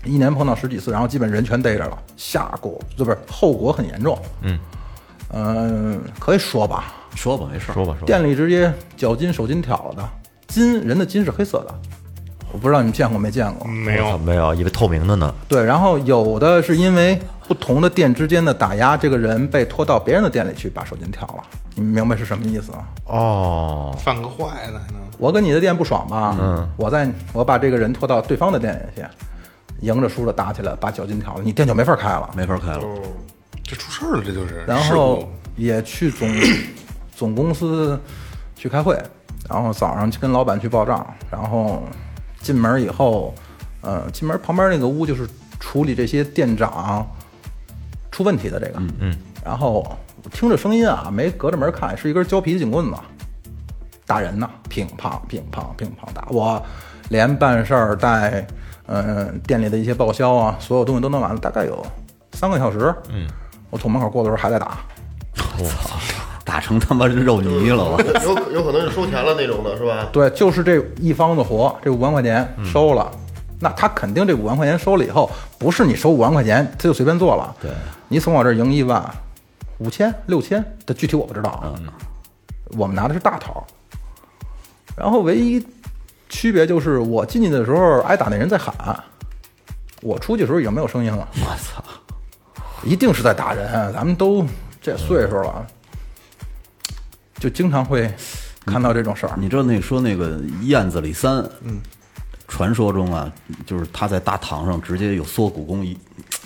Speaker 6: 一年碰到十几次，然后基本人全逮着了，下果就不是后果很严重。嗯，嗯、可以说吧，
Speaker 5: 说吧，没事儿。
Speaker 7: 说吧说吧，
Speaker 6: 店里直接脚筋手筋挑了的，筋人的筋是黑色的，我不知道你们见过没见过。
Speaker 3: 没
Speaker 7: 我操
Speaker 3: 有，
Speaker 7: 没有，以为透明的呢，
Speaker 6: 对，然后有的是因为不同的店之间的打压，这个人被拖到别人的店里去把手筋挑了，你们明白是什么意思吗？
Speaker 7: 哦，
Speaker 3: 犯个坏呢还能。
Speaker 6: 我跟你的店不爽吧？嗯，我在我把这个人拖到对方的店里去，赢着输着打起来，把脚筋挑了，你店就没法开了。
Speaker 5: 没法开了，
Speaker 3: 这出事儿了，这就是。
Speaker 6: 然
Speaker 3: 事
Speaker 6: 后
Speaker 3: 故
Speaker 6: 也去总总公司去开会，然后早上去跟老板去报账，然后进门以后，呃，进门旁边那个屋就是处理这些店长出问题的这个，嗯，然后我听着声音啊，没隔着门看，是一根胶皮警棍子，打人呢，乒乓乒乓乒乓打我，连办事儿带嗯、店里的一些报销啊，所有东西都弄完了，大概有三个小时。嗯，我从门口过的时候还在打，
Speaker 5: 打成他妈肉泥
Speaker 7: <laughs>
Speaker 5: 了我。
Speaker 4: 有有可能是收钱了那种的，是吧？
Speaker 6: 对，就是这一方子活，这五万块钱收了，那他肯定这五万块钱收了以后，不是你收五万块钱他就随便做了。对，你从我这儿赢一万、五千、六千，这具体我不知道啊。我们拿的是大头，然后唯一区别就是我进去的时候挨打那人在喊，我出去的时候已经没有声音了。
Speaker 5: 我操！
Speaker 6: 一定是在打人，咱们都这岁数了，就经常会看到这种事儿。
Speaker 5: 你知道那说那个燕子李三，嗯，传说中啊，就是他在大堂上直接有缩骨功一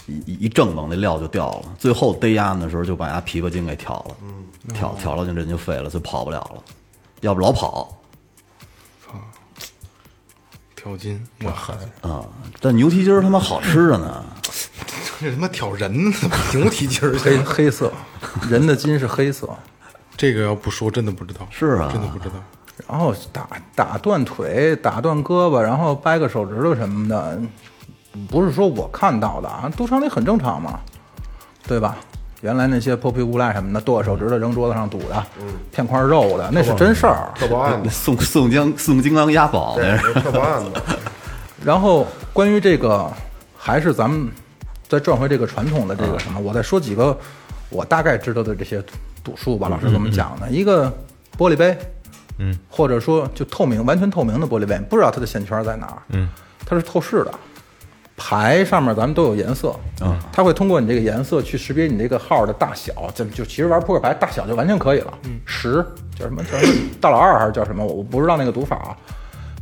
Speaker 5: 一一正往那料就掉了，最后逮鸭的时候就把鸭琵琶精给挑了，挑挑了就人就废了，就跑不了了，要不老跑
Speaker 3: 挑筋，我狠，
Speaker 5: 啊、但牛蹄筋儿他妈好吃着呢，
Speaker 3: <laughs> 这他妈挑人呢， <laughs> 怎么牛蹄筋儿去
Speaker 6: 黑
Speaker 3: 了？
Speaker 6: 黑色，人的筋是黑色，
Speaker 3: 这个要不说真的不知道，
Speaker 5: 是啊
Speaker 3: 真的不知道。
Speaker 6: 然后打打断腿、打断胳膊，然后掰个手指头什么的，不是说我看到的啊，赌场里很正常嘛，对吧？原来那些泼皮无赖什么的，剁手指头扔桌子上赌的，片块肉的，那是真事儿。
Speaker 4: 特报案的，
Speaker 5: <laughs> 宋宋江宋金刚押宝
Speaker 4: 嗯对
Speaker 5: 那是，，
Speaker 4: 特报案的，
Speaker 6: 然后关于这个，还是咱们再转回这个传统的这个什么，我再说几个我大概知道的这些赌术吧。老师给我们讲的，一个玻璃杯，嗯，或者说就透明、完全透明的玻璃杯，不知道它的线圈在哪儿，嗯，它是透视的。牌上面咱们都有颜色，嗯，它会通过你这个颜色去识别你这个号的大小，就就其实玩扑克牌大小就完全可以了，嗯，十叫什么叫什么大老二还是叫什么，我我不知道那个读法啊，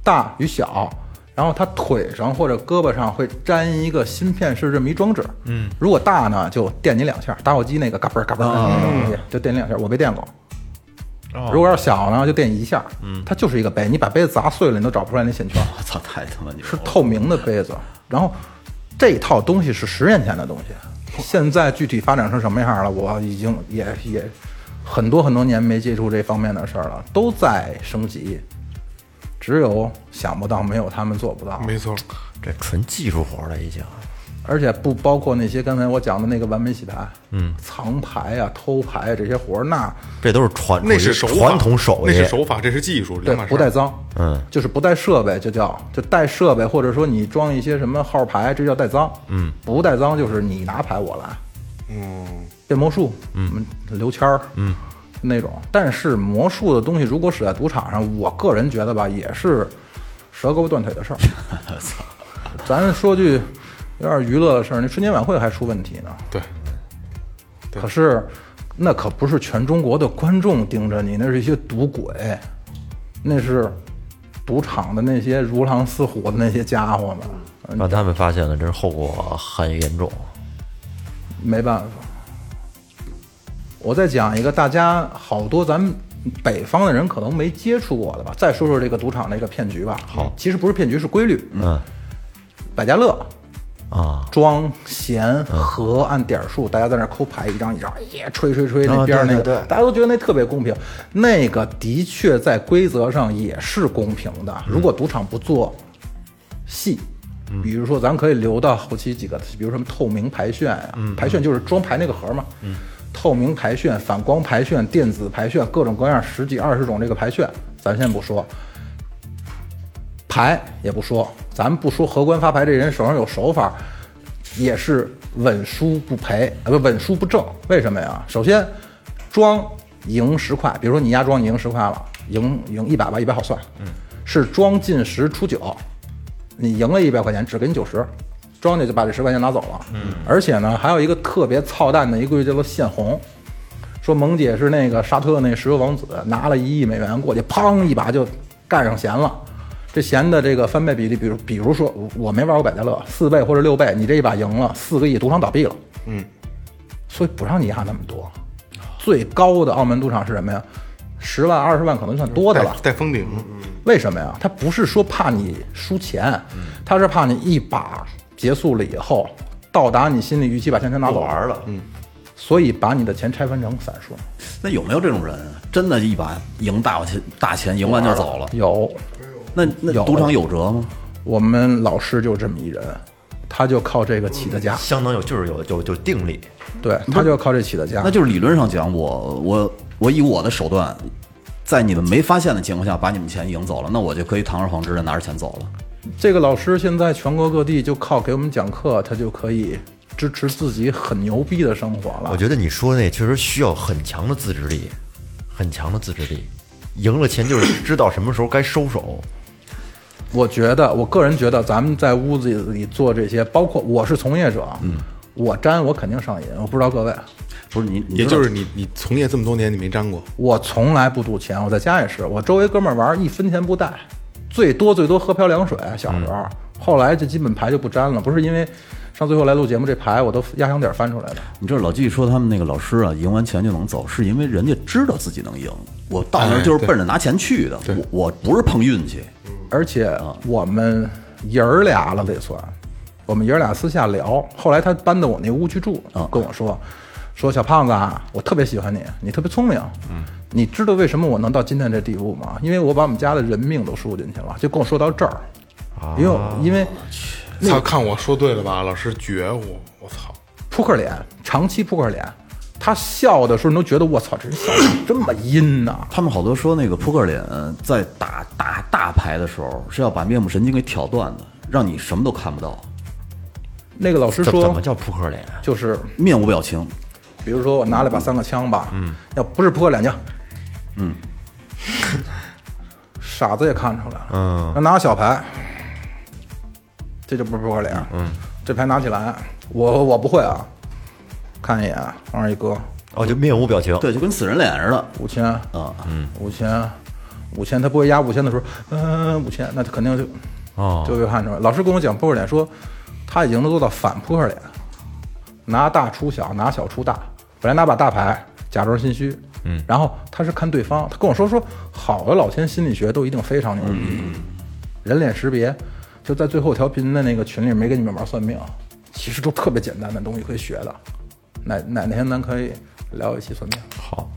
Speaker 6: 大与小，然后它腿上或者胳膊上会粘一个芯片式这么一装置，嗯，啊如果大呢就电你两下，打火机那个嘎嘣儿嘎嘣儿那种东西就电你两下，我被电过，如果要是小呢，就垫一下。哦嗯，它就是一个杯，你把杯子砸碎了，你都找不出来那线圈。
Speaker 5: <laughs> 我操，太他妈牛了！
Speaker 6: 是透明的杯子。然后这一套东西是十年前的东西，现在具体发展成什么样了，我已经也也很多很多年没接触这方面的事儿了，都在升级。只有想不到，没有他们做不到。
Speaker 3: 没错，
Speaker 7: 这纯技术活了已经。
Speaker 6: 而且不包括那些刚才我讲的那个完美洗牌，嗯，藏牌啊、偷牌啊这些活儿，那
Speaker 7: 这都是传
Speaker 3: 那是手法，
Speaker 7: 传统手艺，
Speaker 3: 那是手法，这是技术，
Speaker 6: 对
Speaker 3: 两码事。
Speaker 6: 不带，脏，嗯，就是不带设备，就叫就带设备，或者说你装一些什么号牌，这叫带脏，嗯，不带脏就是你拿牌我来，嗯，变魔术，嗯，刘谦儿，嗯，那种。但是魔术的东西如果使在赌场上，我个人觉得吧，也是折胳膊断腿的事 <laughs> 儿。咱说句有点娱乐的事儿，那春节晚会还出问题呢。
Speaker 3: 对，
Speaker 6: 可是那可不是全中国的观众盯着你，那是一些赌鬼，那是赌场的那些如狼似虎的那些家伙们，嗯
Speaker 7: 让他们发现了，这后果很严重。
Speaker 6: 没办法。我再讲一个大家好多咱们北方的人可能没接触过的吧，再说说这个赌场这个骗局吧。好，其实不是骗局，是规律。嗯，百家乐
Speaker 7: 啊，
Speaker 6: 庄闲和按点儿数，大家在那儿抠牌，一张一张，耶，吹吹吹，那边儿那个，大家都觉得那特别公平。那个的确在规则上也是公平的。如果赌场不做细，比如说咱可以留到后期几个，比如什么透明牌炫呀、牌炫就是装牌那个盒嘛，透明牌炫、反光牌炫、电子牌炫，各种各样十几二十种这个牌炫，咱先不说，牌也不说，咱们不说荷官发牌这人手上有手法，也是稳输不赔，啊不稳输不挣。为什么呀？首先，庄赢十块，比如说你压庄你赢十块了，赢赢一百吧，一百好算，嗯，是庄进十出九，你赢了一百块钱只给你九十，庄家就把这十块钱拿走了。嗯，而且呢，还有一个特别操蛋的一个规矩叫做限红。说萌姐是那个沙特那石油王子，拿了一亿美元过去，砰一把就干上弦了。这弦的这个翻倍比例，比如比如说我我没玩过百家乐，四倍或者六倍，你这一把赢了四个亿，赌场倒闭了。嗯，所以不让你压那么多。最高的澳门赌场是什么呀？十万、二十万可能算多的了
Speaker 3: 带。带封顶，
Speaker 6: 为什么呀？他不是说怕你输钱，他是怕你一把结束了以后，到达你心里预期，把钱全拿走玩了。嗯，所以把你的钱拆分成散数。
Speaker 5: 那有没有这种人啊？真的，一把赢大钱，大钱赢完就走了？
Speaker 6: 有，
Speaker 5: 那那
Speaker 6: 有
Speaker 5: 赌场有辙吗？
Speaker 6: 我们老师就这么一人，他就靠这个起的家，
Speaker 7: 相当有，就是有有有定力，
Speaker 6: 对，他嗯就靠这起的家
Speaker 5: 那。就是理论上讲，我我我以我的手段，在你们没发现的情况下把你们钱赢走了，那我就可以堂而皇之的拿着钱走了。
Speaker 6: 这个老师现在全国各地就靠给我们讲课，他就可以支持自己很牛逼的生活了
Speaker 7: 啊我。觉得你说那确实需要很强的自制力，很强的自制力。赢了钱就是 <coughs> 知道什么时候该收手，
Speaker 6: 我觉得，我个人觉得，咱们在屋子里做这些，包括我是从业者，嗯，我沾我肯定上瘾，我不知道各位，
Speaker 5: 不是你，你
Speaker 3: 也
Speaker 5: 知道
Speaker 3: 就是你你从业这么多年，你没沾过，
Speaker 6: 我从来不赌钱，我在家也是，我周围哥们儿玩儿一分钱不带，最多最多喝瓢凉水，小时候，后来这基本牌就不沾了，不是因为上最后来录节目这牌我都压箱底儿翻出来的，
Speaker 5: 你知道老季说他们那个老师啊，赢完钱就能走，是因为人家知道自己能赢。我到
Speaker 3: 哎
Speaker 5: 那儿就是奔着拿钱去的，我我不是碰运气。
Speaker 6: 而且啊我们爷儿俩了得算，我们爷儿俩私下聊，后来他搬到我那屋去住，
Speaker 7: 嗯
Speaker 6: 跟我说，说小胖子啊，我特别喜欢你，你特别聪明，嗯，你知道为什么我能到今天这地步吗？因为我把我们家的人命都输进去了，就跟我说到这儿，
Speaker 7: 啊
Speaker 6: 因为我因为
Speaker 3: 他看我说对了吧？老师觉悟，我操！
Speaker 6: 扑克脸，长期扑克脸。他笑的时候，你都觉得我操，这人笑得这么阴呐、
Speaker 5: 他们好多说那个扑克脸在打打大牌的时候是要把面部神经给挑断的，让你什么都看不到，
Speaker 6: 那个老师
Speaker 7: 怎么怎
Speaker 6: 说
Speaker 7: 么，叫扑克脸？
Speaker 6: 就是
Speaker 5: 面无表情。
Speaker 6: 比如说我拿了把三个枪吧，嗯，要不是扑克脸就，嗯，傻子也看出来了，嗯，要拿个小牌，这就不是扑克脸，嗯，这牌拿起来，我我不会啊，看一眼，往上一搁，
Speaker 7: 哦，就面无表情。
Speaker 5: 对，就跟死人脸似的。
Speaker 6: 五千啊，嗯，五千，五千，他不会压五千的时候，嗯、五千，那他肯定就，
Speaker 7: 哦
Speaker 6: 就会看出来。老师跟我讲扑克脸说，他已经能做到反扑克脸，拿大出小，拿小出大。本来拿把大牌，假装心虚，嗯，然后他是看对方，他跟我说说好的老千心理学都一定非常牛逼，
Speaker 5: 嗯
Speaker 6: 人脸识别，就在最后调频的那个群里没跟你们玩算命，其实都特别简单的东西可以学的，哪哪哪天咱可以聊一期算命。
Speaker 7: 好，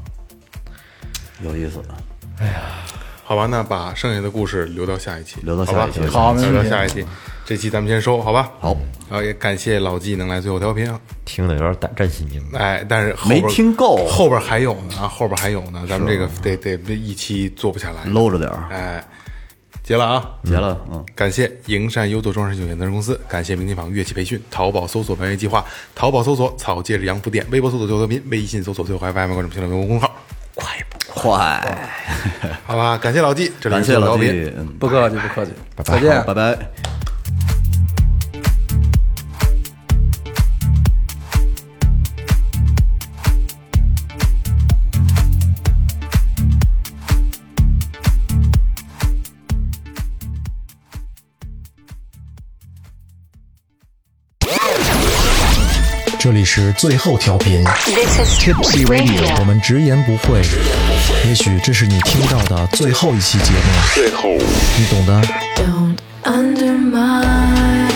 Speaker 5: 有意思，
Speaker 3: 好吧，那把剩下的故事留到下一期，
Speaker 5: 留到下一期
Speaker 3: 好吧
Speaker 6: 好没问
Speaker 3: 留
Speaker 6: 题
Speaker 3: 到下一期，这期咱们先收，好吧？
Speaker 5: 好，
Speaker 3: 然后也感谢老纪能来最后调频啊，
Speaker 7: 听的有点胆战心惊。
Speaker 3: 哎，但是后边
Speaker 5: 没听够
Speaker 3: 后边还有呢，啊后边还有呢，咱们这个得得得一期做不下来，
Speaker 5: 搂着点儿，
Speaker 3: 哎，结了啊，
Speaker 5: 结了，嗯，
Speaker 3: 感谢营山优作装饰有限责任公司，感谢明天坊乐器培训，淘宝搜索“白月计划”，淘宝搜索“草戒指洋服店”，微博搜索“最后调频”，微信搜索“最后 FM” 关注评论公众号，
Speaker 5: 快，
Speaker 3: 好吧？感谢老纪，这里
Speaker 5: 感
Speaker 3: 是
Speaker 5: 谢
Speaker 3: 最后
Speaker 5: 老
Speaker 3: 调频
Speaker 5: 弟，嗯，
Speaker 6: 不客气，不客气，再见，
Speaker 5: 好拜拜。
Speaker 8: 这里是最后调频
Speaker 9: This is
Speaker 8: Tipsy Radio，我
Speaker 9: Radio.
Speaker 8: 们直言不讳，也许这是你听到的最后一期节目，最后，你懂的。
Speaker 10: Don't undermine.